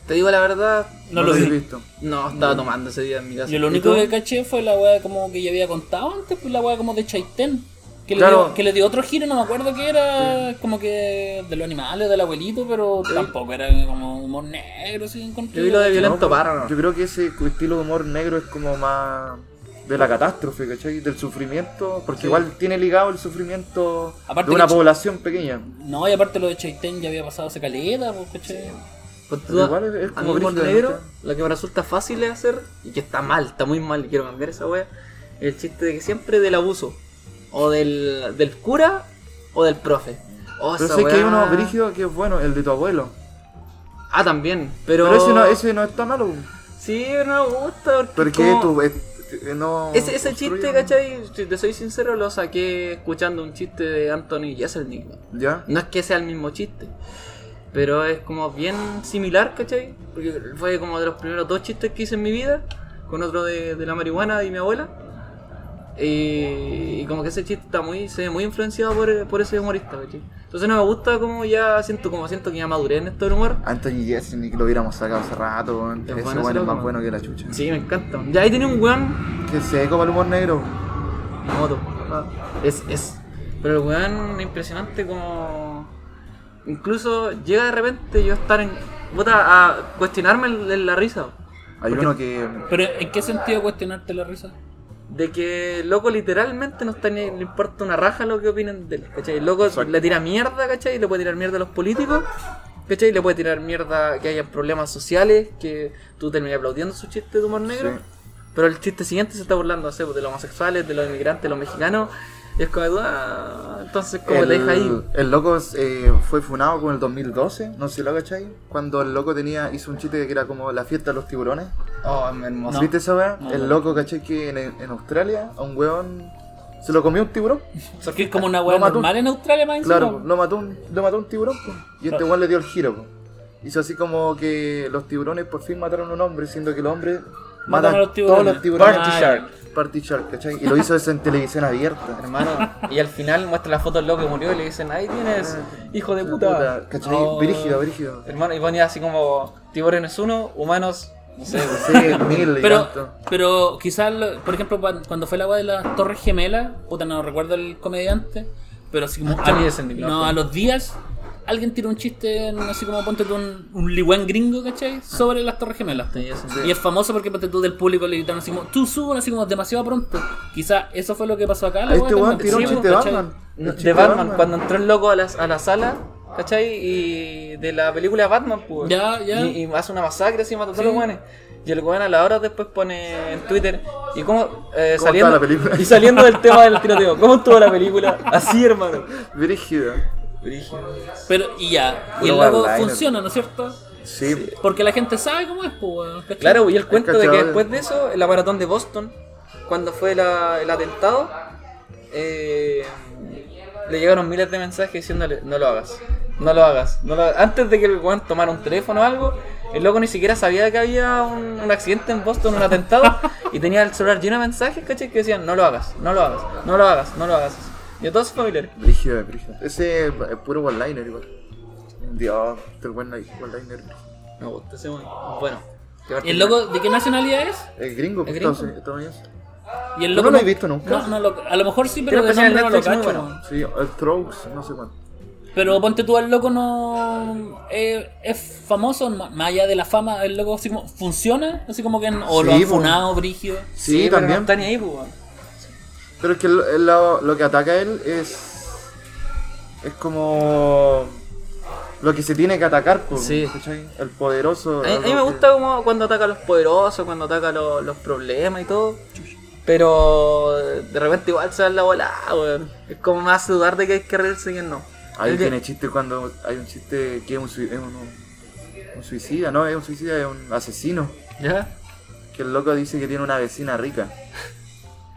Speaker 3: Te digo la verdad,
Speaker 1: No lo
Speaker 2: habéis
Speaker 1: vi.
Speaker 2: visto.
Speaker 3: no estaba tomando ese día en mi casa.
Speaker 1: Yo lo
Speaker 3: ¿Y
Speaker 1: único
Speaker 3: tú?
Speaker 1: que caché fue la weá como que ya había contado antes, pues la weá como de Chaitén. Que,
Speaker 2: Claro.
Speaker 1: le dio, que le dio otro giro, no me acuerdo que era como que de los animales, del abuelito, pero tampoco era como humor negro, sí, encontré.
Speaker 3: Yo vi lo de Violento
Speaker 2: No, pues,
Speaker 3: Parra, ¿no?
Speaker 2: Yo creo que ese estilo de humor negro es como más de la catástrofe, ¿cachai? Del sufrimiento, porque igual tiene ligado el sufrimiento
Speaker 1: Aparte
Speaker 2: de una
Speaker 1: que-
Speaker 2: población pequeña.
Speaker 1: No, y aparte lo de Chaitén ya había pasado hace caleta, pues, caché.
Speaker 3: Pues tú,
Speaker 2: Pero igual es- es
Speaker 3: a
Speaker 2: como
Speaker 3: mí el humor
Speaker 2: brígido, ¿no?
Speaker 3: negro, lo que me resulta fácil de hacer, y que está mal, está muy mal, y quiero cambiar esa wea, el chiste de que siempre del abuso, o del, del cura, o del profe. Oh,
Speaker 2: Pero
Speaker 3: esa
Speaker 2: sé que hay
Speaker 3: wea-
Speaker 2: uno brígido que es bueno, el de tu abuelo.
Speaker 3: Ah, también, pero...
Speaker 2: Pero ese no, ese no está malo,
Speaker 3: Sí, no me gusta, porque
Speaker 2: porque
Speaker 3: como-
Speaker 2: tú. eh, no
Speaker 3: Ese, ese chiste,
Speaker 2: construye-
Speaker 3: ¿cachai? Si te soy sincero, lo saqué escuchando un chiste de Anthony Jeselnik. weón.
Speaker 2: ¿Ya?
Speaker 3: No es que sea el mismo chiste, pero es como bien similar, ¿cachai? Porque fue como de los primeros dos chistes que hice en mi vida, con otro de, de la marihuana y mi abuela. Y, y como que ese chiste está muy, se ve muy influenciado por, por ese humorista, ¿cachai? Entonces no me gusta como ya siento, como siento que ya maduré en esto del humor.
Speaker 2: Anthony Jeselnik lo hubiéramos sacado hace rato, weón.
Speaker 3: Es
Speaker 2: ese
Speaker 3: bueno
Speaker 2: weón
Speaker 3: ese
Speaker 2: es más
Speaker 3: loco,
Speaker 2: bueno que la chucha.
Speaker 3: Sí, me encanta. Ya ahí tenía un weón
Speaker 2: Que seco para el humor negro.
Speaker 3: Mi moto.
Speaker 1: Ah.
Speaker 3: Es, es. Pero el weón impresionante como. Incluso llega de repente yo a estar en. puta, a cuestionarme el- el- la risa.
Speaker 2: Hay uno que.
Speaker 1: Pero, ¿en qué sentido cuestionarte la risa?
Speaker 3: De que loco literalmente no está ni, le importa una raja lo que opinen de él. ¿Cachai? El loco
Speaker 2: Exacto.
Speaker 3: le tira mierda, ¿cachai? Le puede tirar mierda a los políticos. ¿Cachai? Le puede tirar mierda que haya problemas sociales, que tú terminas aplaudiendo su chiste de humor negro.
Speaker 2: Sí.
Speaker 3: Pero el chiste siguiente se está burlando no sé, pues, de los homosexuales, de los inmigrantes, de los mexicanos. Y es como, ah, entonces, como la hija ahí?
Speaker 2: el loco eh, fue funado con el 2012, no sé si lo cachai. Cuando el loco tenía, hizo un chiste que era como la fiesta de los tiburones.
Speaker 3: Oh, es hermoso.
Speaker 2: ¿Viste esa weá?
Speaker 1: No,
Speaker 2: el
Speaker 1: no.
Speaker 2: loco cachai que en, en Australia a un weón se lo comió un tiburón.
Speaker 1: Porque es como una weá
Speaker 2: Lo mató.
Speaker 1: normal en Australia más encima.
Speaker 2: Claro, lo mató un, lo mató un tiburón, po. Y este weón le dio el giro, po. Hizo así como que los tiburones por fin mataron a un hombre, siendo que los hombres matan
Speaker 1: Mataron a los
Speaker 2: todos
Speaker 1: tiburones.
Speaker 2: los tiburones.
Speaker 1: Party Ah, Shark.
Speaker 2: Party Shark, ¿cachai? Y lo hizo eso en televisión abierta.
Speaker 3: Hermano, y al final muestra la foto del loco que murió y le dicen, ahí tienes, hijo de puta.
Speaker 2: Puta, ¿Cachai?
Speaker 1: Oh.
Speaker 2: Brígido, brígido.
Speaker 3: Hermano, y ponía así como, tiburones uno, humanos, no sé.
Speaker 2: Sí, mil y
Speaker 1: Pero,
Speaker 2: tanto.
Speaker 1: pero quizás, lo- por ejemplo, cuan- cuando fue la agua de las Torres Gemelas, puta, no recuerdo el comediante, pero así
Speaker 2: Ah,
Speaker 1: como.
Speaker 3: Anthony
Speaker 1: a-
Speaker 3: Jeselnik, no,
Speaker 1: no,
Speaker 3: fue.
Speaker 1: a los días, alguien tiró un chiste, en- así como ponte tú un, un ligüen gringo, ¿cachai? Sobre las Torres Gemelas.
Speaker 3: Sí, eso sí.
Speaker 1: Y es famoso porque ponte tú del público le gritaron así como, tú suban así como demasiado pronto. Quizás eso fue lo que pasó acá. la
Speaker 2: Este
Speaker 1: wea
Speaker 2: weón
Speaker 1: también,
Speaker 2: tiró un
Speaker 1: ¿cachai?
Speaker 2: chiste de Batman. El
Speaker 3: No,
Speaker 2: chiste
Speaker 3: pues, de Batman, cuando entró el loco a la, a la sala, ¿cachai? Y de la película Batman, pues.
Speaker 1: Ya, ya.
Speaker 3: Y, y hace una masacre así, mata a todos
Speaker 1: Sí.
Speaker 3: los guanes. Y el weón a la hora después pone en Twitter, ¿y cómo, eh,
Speaker 2: ¿Cómo
Speaker 3: saliendo,
Speaker 2: estaba la película?
Speaker 3: Y saliendo del tema del tiroteo, ¿cómo estuvo la película? Así, hermano.
Speaker 2: Brígido.
Speaker 1: Pero, y ya. Y
Speaker 2: Puro
Speaker 1: el lago
Speaker 2: one-liner.
Speaker 1: funciona, ¿no es cierto?
Speaker 2: Sí.
Speaker 1: Porque la gente sabe cómo es, pues, weón, ¿cachai?
Speaker 3: Claro, y el cuento de que
Speaker 2: cachado.
Speaker 3: después de eso, el maratón de Boston, cuando fue la- el atentado, eh, le llegaron miles de mensajes diciéndole, no lo hagas, no lo hagas. no lo hagas". Antes de que el weón tomara un teléfono o algo, el loco ni siquiera sabía que había un, un accidente en Boston, un atentado, y tenía el celular lleno de mensajes, ¿cachai? Que decían, no lo hagas, no lo hagas, no lo hagas, no lo hagas. Y a todos sus familiares.
Speaker 2: Brígido, brígido. Ese es puro one-liner igual. Dios, este buen li- one-liner.
Speaker 3: Me gusta ese weón. Bueno.
Speaker 1: ¿El
Speaker 3: qué particular.
Speaker 1: logo de qué nacionalidad es?
Speaker 2: Es gringo,
Speaker 3: ¿Es
Speaker 2: pues,
Speaker 3: gringo?
Speaker 2: entonces, estadounidense.
Speaker 1: Y el
Speaker 2: Yo
Speaker 1: loco
Speaker 2: no lo he visto nunca.
Speaker 1: No, no lo- a lo mejor sí, pero
Speaker 3: Creo
Speaker 1: de
Speaker 3: que sí, en
Speaker 1: nombre no lo
Speaker 3: Netflix
Speaker 1: cacho.
Speaker 3: muy bueno.
Speaker 1: weón.
Speaker 2: Sí, el Strokes, no sé cuánto.
Speaker 1: Pero ponte tú, el loco no... eh, es famoso, ma- más allá de la fama, el loco así como... ¿Funciona? Así como que... en- o lo
Speaker 2: Sí,
Speaker 1: han
Speaker 2: po.
Speaker 1: funado, brígido.
Speaker 2: Sí,
Speaker 3: pero
Speaker 2: también.
Speaker 3: No está ni ahí, pues, weón.
Speaker 2: Pero es que lo, lo- lo que ataca a él es. Es como. Lo que se tiene que atacar, pues.
Speaker 3: Sí.
Speaker 2: ¿cachai? El poderoso.
Speaker 3: A mí, a mí me gusta como cuando ataca a los poderosos, cuando ataca lo- los problemas y todo. Pero de repente igual se da la bola, weón. Es como más dudar de que hay que reírse y que no.
Speaker 2: Ahí
Speaker 3: Es que-
Speaker 2: tiene chiste cuando hay un chiste que es un, sui- es un, un suicida, ¿no? Es un suicida, es un asesino.
Speaker 3: ¿Ya?
Speaker 2: Que el loco dice que tiene una vecina rica.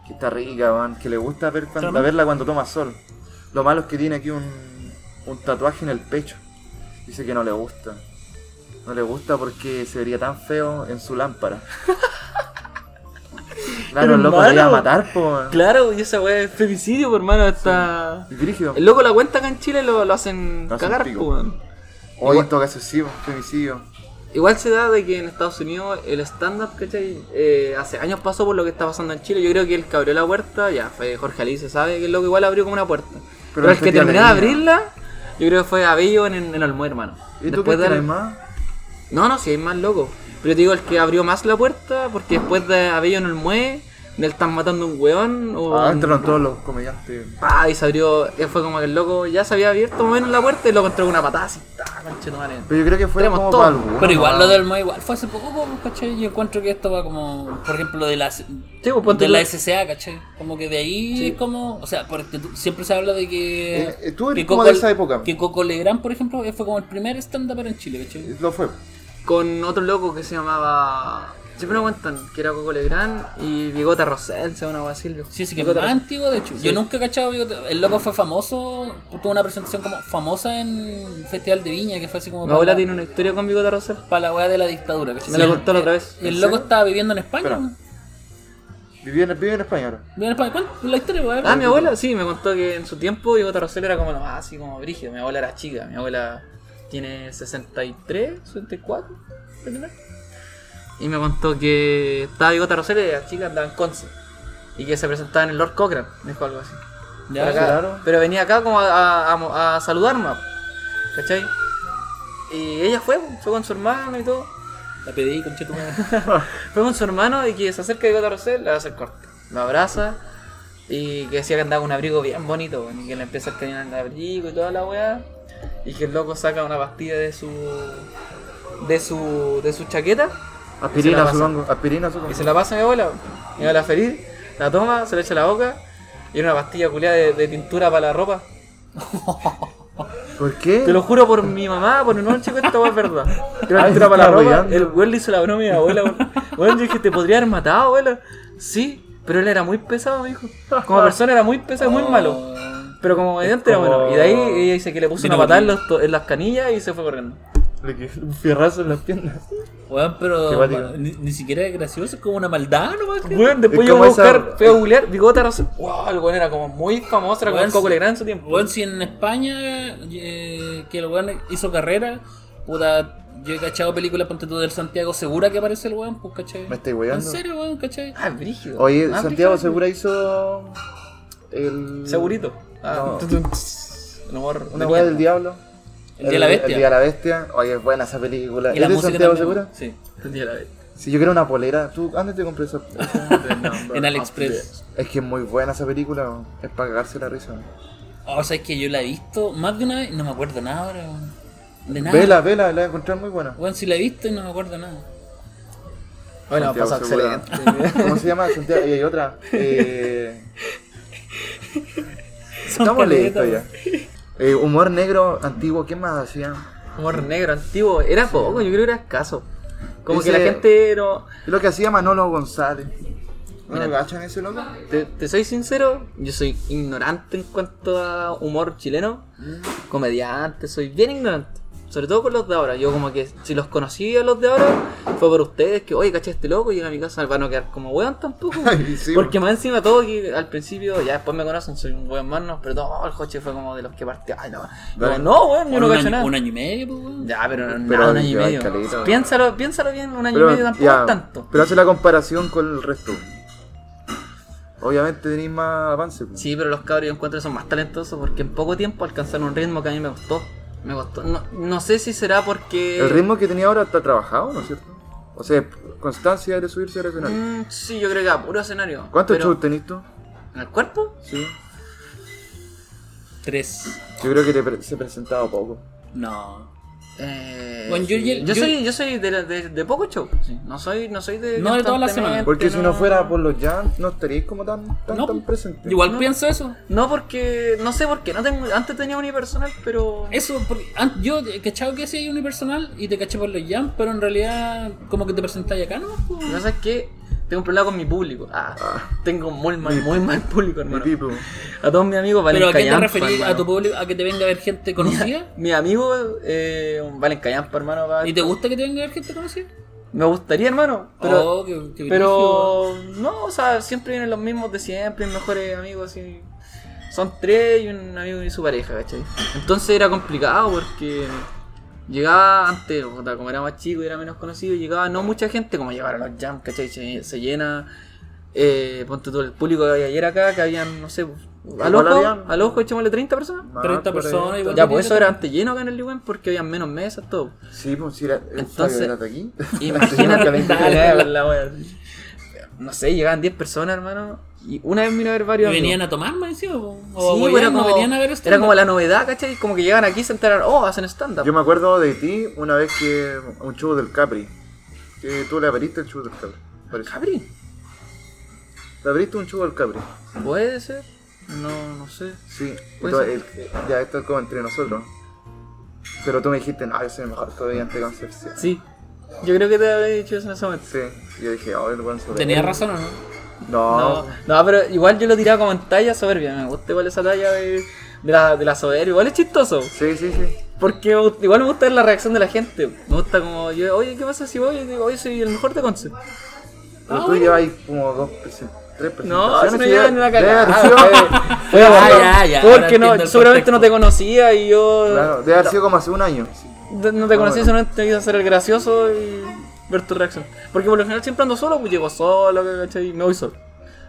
Speaker 2: Que está rica, weón. Que le gusta ver cuando-
Speaker 1: Claro.
Speaker 2: verla cuando toma sol. Lo malo es que tiene aquí un, un tatuaje en el pecho. Dice que no le gusta. No le gusta porque se vería tan feo en su lámpara. claro, el loco
Speaker 3: Hermano.
Speaker 2: te iba a matar, po. weón.
Speaker 3: Claro, y esa weá es femicidio, pues, hermano, está...
Speaker 2: Y Brígido.
Speaker 3: El loco la cuenta acá en Chile lo, lo hacen
Speaker 2: Lo hacen
Speaker 3: cagar,
Speaker 2: pico.
Speaker 3: pues, weón.
Speaker 2: Hoy en todo caso sí, po, femicidio.
Speaker 3: Igual se da de que en Estados Unidos el stand-up, ¿cachai? Eh, hace años pasó por lo que está pasando en Chile. Yo creo que él que abrió la puerta, ya fue Jorge Ali, se sabe que el loco igual abrió como una puerta. Pero,
Speaker 2: no
Speaker 3: el que
Speaker 2: entendía la
Speaker 3: terminó de
Speaker 2: línea.
Speaker 3: abrirla, yo creo que fue Abello en, en Olmué, hermano.
Speaker 2: ¿Y tú
Speaker 3: Después
Speaker 2: crees que no
Speaker 3: de-
Speaker 2: hay más?
Speaker 3: No, no, si hay más locos. Pero te digo, el que abrió más la puerta, porque después de Abello en Olmué, del están matando a un weón. O
Speaker 2: Ah,
Speaker 3: un-
Speaker 2: entraron todos los comediantes.
Speaker 3: Ah, y se abrió, eh, fue como que el loco ya se había abierto más o menos la puerta y lo encontró con una patada así, ta, conchetumare.
Speaker 2: Pero yo creo que fue
Speaker 3: Tenemos
Speaker 2: como
Speaker 3: todo.
Speaker 2: para algunos,
Speaker 1: Pero igual
Speaker 2: ¿no?
Speaker 1: lo del Moe igual fue hace poco, po, ¿cachai? Yo encuentro que esto va como, por ejemplo, lo de la,
Speaker 3: pues, ponte
Speaker 1: de la
Speaker 3: tú.
Speaker 1: SCA, ¿cachai? Como que de ahí es como, o sea, porque tú- siempre se habla de que...
Speaker 2: Eh, eh, tú eres como de esa época.
Speaker 1: Que Coco Legrand, por ejemplo, fue como el primer stand-up en Chile, ¿cachai?
Speaker 2: Lo fue.
Speaker 3: con otro loco que se llamaba. Siempre me cuentan que era Coco Legrand y Bigota Rosel, se una wea así, el viejo.
Speaker 1: Sí, sí, que es
Speaker 3: Bigota
Speaker 1: más
Speaker 3: Rosel.
Speaker 1: antiguo, de hecho. Yo nunca he cachado, yo te- el loco fue famoso, tuvo una presentación como famosa en Festival de Viña, que fue así como...
Speaker 3: Mi abuela
Speaker 1: para-
Speaker 3: tiene una historia con Bigota Rosel.
Speaker 1: para la weá de la dictadura, ¿cachai?
Speaker 3: Me la contó la otra vez.
Speaker 1: El loco estaba viviendo en España.
Speaker 2: Espera.
Speaker 1: ¿no?
Speaker 2: Vivió en, vivió en España ahora.
Speaker 1: Viviendo en España. ¿Cuál? La historia, weón.
Speaker 3: Ah, mi abuela, sí, me contó que en su tiempo Bigota Rosel era como lo más así como brígido. Mi abuela era chica, mi abuela tiene 63, 64, ¿verdad? Y me contó que estaba Bigota Rosel y las chicas andaban en Conce. Y que se presentaba en el Lord Cochrane, me dijo algo así.
Speaker 1: Ya,
Speaker 3: Pero acá-
Speaker 2: claro.
Speaker 3: Pero venía acá como a, a- a mo- a saludarme, ¿cachai? Y ella fue, fue con su hermano y todo.
Speaker 1: La pedí, concha tu madre.
Speaker 3: Fue con su hermano y que se acerca de Gota Rosel, le va a hacer corte. Lo abraza y que decía que andaba con un abrigo bien bonito, weón, y que le empieza a cañón el abrigo y toda la weá. Y que el loco saca una pastilla de su. de su. de su chaqueta Y se la
Speaker 2: Aspirina,
Speaker 3: pasa.
Speaker 2: supongo. Aspirina, supongo.
Speaker 3: y se la pasa a mi abuela. Mi abuela feliz, la toma, se le echa a la boca y era una pastilla culiada de- de tintura para la ropa.
Speaker 2: ¿Por qué?
Speaker 3: Te lo juro por mi mamá, por mi hermano chico, esta weá es verdad. Que
Speaker 2: Ay,
Speaker 3: la
Speaker 2: me
Speaker 3: entraba la
Speaker 2: está
Speaker 3: ropa,
Speaker 2: rodeando.
Speaker 3: el weón le hizo la broma a mi abuela, weón. Weón, yo dije, te podría haber matado, abuela. Sí, pero él era muy pesado, me dijo. Como persona era muy pesado, muy malo. Pero como mediante era bueno. Y de ahí ella dice que le puso una
Speaker 1: Mira,
Speaker 3: patada en,
Speaker 1: Martín.
Speaker 3: los to- en las canillas y se fue corriendo.
Speaker 2: Le quedó un fierrazo en las piernas.
Speaker 1: Oh, Weón, pero
Speaker 2: Qué válido.
Speaker 1: ni, ni siquiera es gracioso, es como una maldad nomás. creo.
Speaker 3: Weón, después
Speaker 2: Es
Speaker 3: yo
Speaker 2: como
Speaker 3: voy a
Speaker 2: esa-
Speaker 3: buscar, fui a googlear, bigota, rosa. Wow, el weón era como muy famoso, era como
Speaker 1: Weón,
Speaker 3: el Coco
Speaker 1: sí.
Speaker 3: Legrand en su tiempo.
Speaker 1: Weón, si en España, eh, que el weón hizo carrera, puta, yo he cachado películas, ponte tú del Santiago Segura que aparece el weón, pues, cachai.
Speaker 2: Me estoy
Speaker 1: ¿En
Speaker 2: weyando.
Speaker 1: serio, weón, cachai?
Speaker 3: Ah, brígido.
Speaker 2: Oye,
Speaker 3: Ah,
Speaker 2: Santiago
Speaker 3: brígido.
Speaker 2: Segura hizo. El...
Speaker 3: Segurito. Ah,
Speaker 2: No.
Speaker 3: tum, tum, tss. El humor
Speaker 2: Una
Speaker 3: de
Speaker 2: weá
Speaker 3: mierda.
Speaker 2: del diablo.
Speaker 1: El Día de la Bestia.
Speaker 2: El día de la bestia. Oye, es buena esa película.
Speaker 1: Y
Speaker 2: ¿Es de Santiago
Speaker 1: también.
Speaker 2: Segura?
Speaker 1: Sí.
Speaker 3: El día de la vez.
Speaker 2: Si yo quiero una polera, ¿tú dónde te compré esa?
Speaker 1: En AliExpress.
Speaker 2: es que es muy buena esa película. weón. Es para cagarse la risa. weón.
Speaker 1: O sea, es que Oh, yo la he visto más de una vez, no me acuerdo nada ahora, weón. De nada.
Speaker 2: Vela, vela, la voy a encontrar muy buena.
Speaker 1: Weón, si la he visto y no me acuerdo nada.
Speaker 3: Bueno,
Speaker 2: Santiago
Speaker 3: pasó
Speaker 2: Segura.
Speaker 3: excelente.
Speaker 2: ¿Cómo se llama? Santiago. Y hay otra. Eh.
Speaker 1: Son
Speaker 2: Estamos listos
Speaker 1: caletas,
Speaker 2: ya. Eh, humor negro antiguo, ¿qué más hacían?
Speaker 3: Humor negro antiguo. Era poco, yo creo que era escaso. Como que la
Speaker 2: Ese-
Speaker 3: gente no.
Speaker 2: Es lo que hacía Manolo González. ¿No
Speaker 3: Mira.
Speaker 2: lo cachan ese loco?
Speaker 3: Te, te soy sincero, yo soy ignorante en cuanto a humor chileno. Comediante, soy bien ignorante. Sobre todo con los de ahora. Yo como que si los conocí a los de ahora, fue por ustedes que, oye, caché a este loco, llega a mi casa, van a quedar como weón tampoco.
Speaker 2: Ay, sí,
Speaker 3: Porque más encima todo que al principio, ya después me conocen, soy un weón mano, pero todo el coche fue como de los que partió. Ay, no, no,
Speaker 2: Dale.
Speaker 3: no weón, yo
Speaker 1: Un
Speaker 3: no caché
Speaker 1: año,
Speaker 3: nada.
Speaker 1: un año y medio, pues, weón.
Speaker 3: Ya, pero, no,
Speaker 2: Pero
Speaker 3: un año y
Speaker 2: lleva
Speaker 3: medio.
Speaker 2: caleta, ¿no?
Speaker 3: Piénsalo, piénsalo bien, un año y medio tampoco
Speaker 2: ya,
Speaker 3: es tanto.
Speaker 2: Pero hace la comparación con el resto. Obviamente tenéis más avance. pues.
Speaker 3: Sí, pero los cabros yo encuentro que son más talentosos porque en poco tiempo alcanzaron un ritmo que a mí me gustó. Me gustó. No, no sé si será porque.
Speaker 2: El ritmo que tenía ahora está trabajado, ¿no es cierto? O sea, constancia de subirse al escenario.
Speaker 3: Mm, sí, yo creo que a puro escenario.
Speaker 2: ¿Cuántos
Speaker 3: pero-
Speaker 2: shows tenés tú?
Speaker 3: ¿En el cuerpo?
Speaker 2: Sí.
Speaker 1: Tres.
Speaker 2: Yo creo que te pre- se presentaba poco.
Speaker 1: No.
Speaker 3: Eh,
Speaker 1: Bueno, yo-
Speaker 3: sí.
Speaker 1: yo- yo-
Speaker 3: soy, yo soy de, de, de poco show. sí. No soy, no soy de.
Speaker 1: No de todas las
Speaker 3: constantemente,
Speaker 1: semanas.
Speaker 2: Porque si
Speaker 3: no-
Speaker 2: no fuera por los jams, no estaríais como tan, tan,
Speaker 1: No,
Speaker 3: pues,
Speaker 2: tan presente.
Speaker 1: Igual pienso eso.
Speaker 3: No porque. No sé por qué. No tengo, antes tenía unipersonal, pero.
Speaker 1: Eso, porque an- yo te- cachaba que sí hay unipersonal y te caché por los jams, pero en realidad como que te presentáis acá, pues, ¿no?
Speaker 3: Lo que pasa es que Tengo un problema con mi público. Ah, Tengo muy mal, muy mal público,
Speaker 2: Mi
Speaker 3: hermano.
Speaker 2: pipo.
Speaker 3: A todos mis amigos valen
Speaker 1: ¿Pero a qué te
Speaker 3: callampa,
Speaker 1: referís? ¿A
Speaker 3: hermano.
Speaker 1: tu público? ¿A que te venga a ver gente conocida?
Speaker 3: Mis amigos eh, valen callampa, hermano. va-
Speaker 1: ¿Y te gusta que te venga a ver gente conocida?
Speaker 3: Me gustaría, hermano, pero...
Speaker 1: Oh, qué- qué brígido.
Speaker 3: Pero no, o sea, siempre vienen los mismos de siempre, mis mejores amigos y son tres y un amigo y su pareja, ¿cachai? Entonces era complicado porque llegaba antes, puta, como era más chico y era menos conocido, llegaba no mucha gente como llegar a los jams, ¿cachai? Se, se llena, eh, ponte todo el público que había ayer acá, que habían, no sé, al
Speaker 2: Igual
Speaker 3: ojo,
Speaker 2: habían-
Speaker 3: al ojo echémosle 30 personas.
Speaker 2: Más
Speaker 1: 30
Speaker 2: por ahí.
Speaker 1: personas igual.
Speaker 3: Ya, pues eso era antes lleno acá en el Ligüen porque habían menos mesas, todo.
Speaker 2: Sí, pues si era. Entonces.
Speaker 3: Entonces-
Speaker 2: Era de aquí?
Speaker 3: Imagínate,
Speaker 2: Nunca me
Speaker 3: dale,
Speaker 2: enteré.
Speaker 3: la wea. No sé, llegaban 10 personas, hermano. Y una vez vino a ver
Speaker 1: ¿Y
Speaker 3: varios.
Speaker 1: venían
Speaker 3: amigos.
Speaker 1: a tomar más encima? po? ¿O
Speaker 3: Sí,
Speaker 1: a huear?
Speaker 3: era,
Speaker 1: ¿No
Speaker 3: como,
Speaker 1: venían a ver
Speaker 3: era
Speaker 1: stand-up?
Speaker 3: como la novedad, ¿cachai? Como que llegan aquí y se enteran, oh, hacen stand-up.
Speaker 2: Yo me acuerdo de ti una vez que. Un chubo del Capri. Que tú le abriste el chubo del Capri. parece.
Speaker 3: Capri,
Speaker 2: Le abriste un chubo del Capri.
Speaker 3: puede ser. No, no sé.
Speaker 2: Sí.
Speaker 3: Puede
Speaker 2: Entonces, el- eh, ya, esto es como entre nosotros. Pero tú me dijiste, no, yo soy mejor comediante de Concepción.
Speaker 3: Sí. Yo creo que te habré dicho eso en ese momento.
Speaker 2: Sí. Y yo dije, oh, el buen sobre.
Speaker 1: ¿Tenía razón o no?
Speaker 2: No.
Speaker 3: No, no, pero igual yo lo tiraba como en talla soberbia. Me gusta igual esa talla de, de la, de la soberbia. Igual es chistoso.
Speaker 2: Sí, sí, sí.
Speaker 3: Porque me gust- igual me gusta ver la reacción de la gente. Me gusta como, yo, oye, ¿qué pasa si voy? Y digo, oye, soy el mejor de Conce.
Speaker 2: Pero
Speaker 1: Ah,
Speaker 2: tú
Speaker 1: bueno.
Speaker 2: llevas ahí como dos, presen- tres presentaciones.
Speaker 3: No, si no
Speaker 2: y
Speaker 3: llevan
Speaker 2: ya-
Speaker 3: ni una
Speaker 2: debe haber
Speaker 3: cagada. Ah,
Speaker 2: sido-
Speaker 3: Fue
Speaker 1: Ah,
Speaker 3: bueno,
Speaker 1: ya, ya, ahora
Speaker 3: Porque
Speaker 1: entiendo
Speaker 3: no,
Speaker 1: el
Speaker 3: seguramente
Speaker 1: contexto.
Speaker 3: no te conocía y yo.
Speaker 2: Claro, debe haber sido como hace un año.
Speaker 3: de- No te
Speaker 2: Ah,
Speaker 3: conocía,
Speaker 2: bueno.
Speaker 3: solamente te quise hacer el gracioso y ver tu reacción. Porque por lo general siempre ando solo, pues llego solo, ¿cachai? Me voy solo.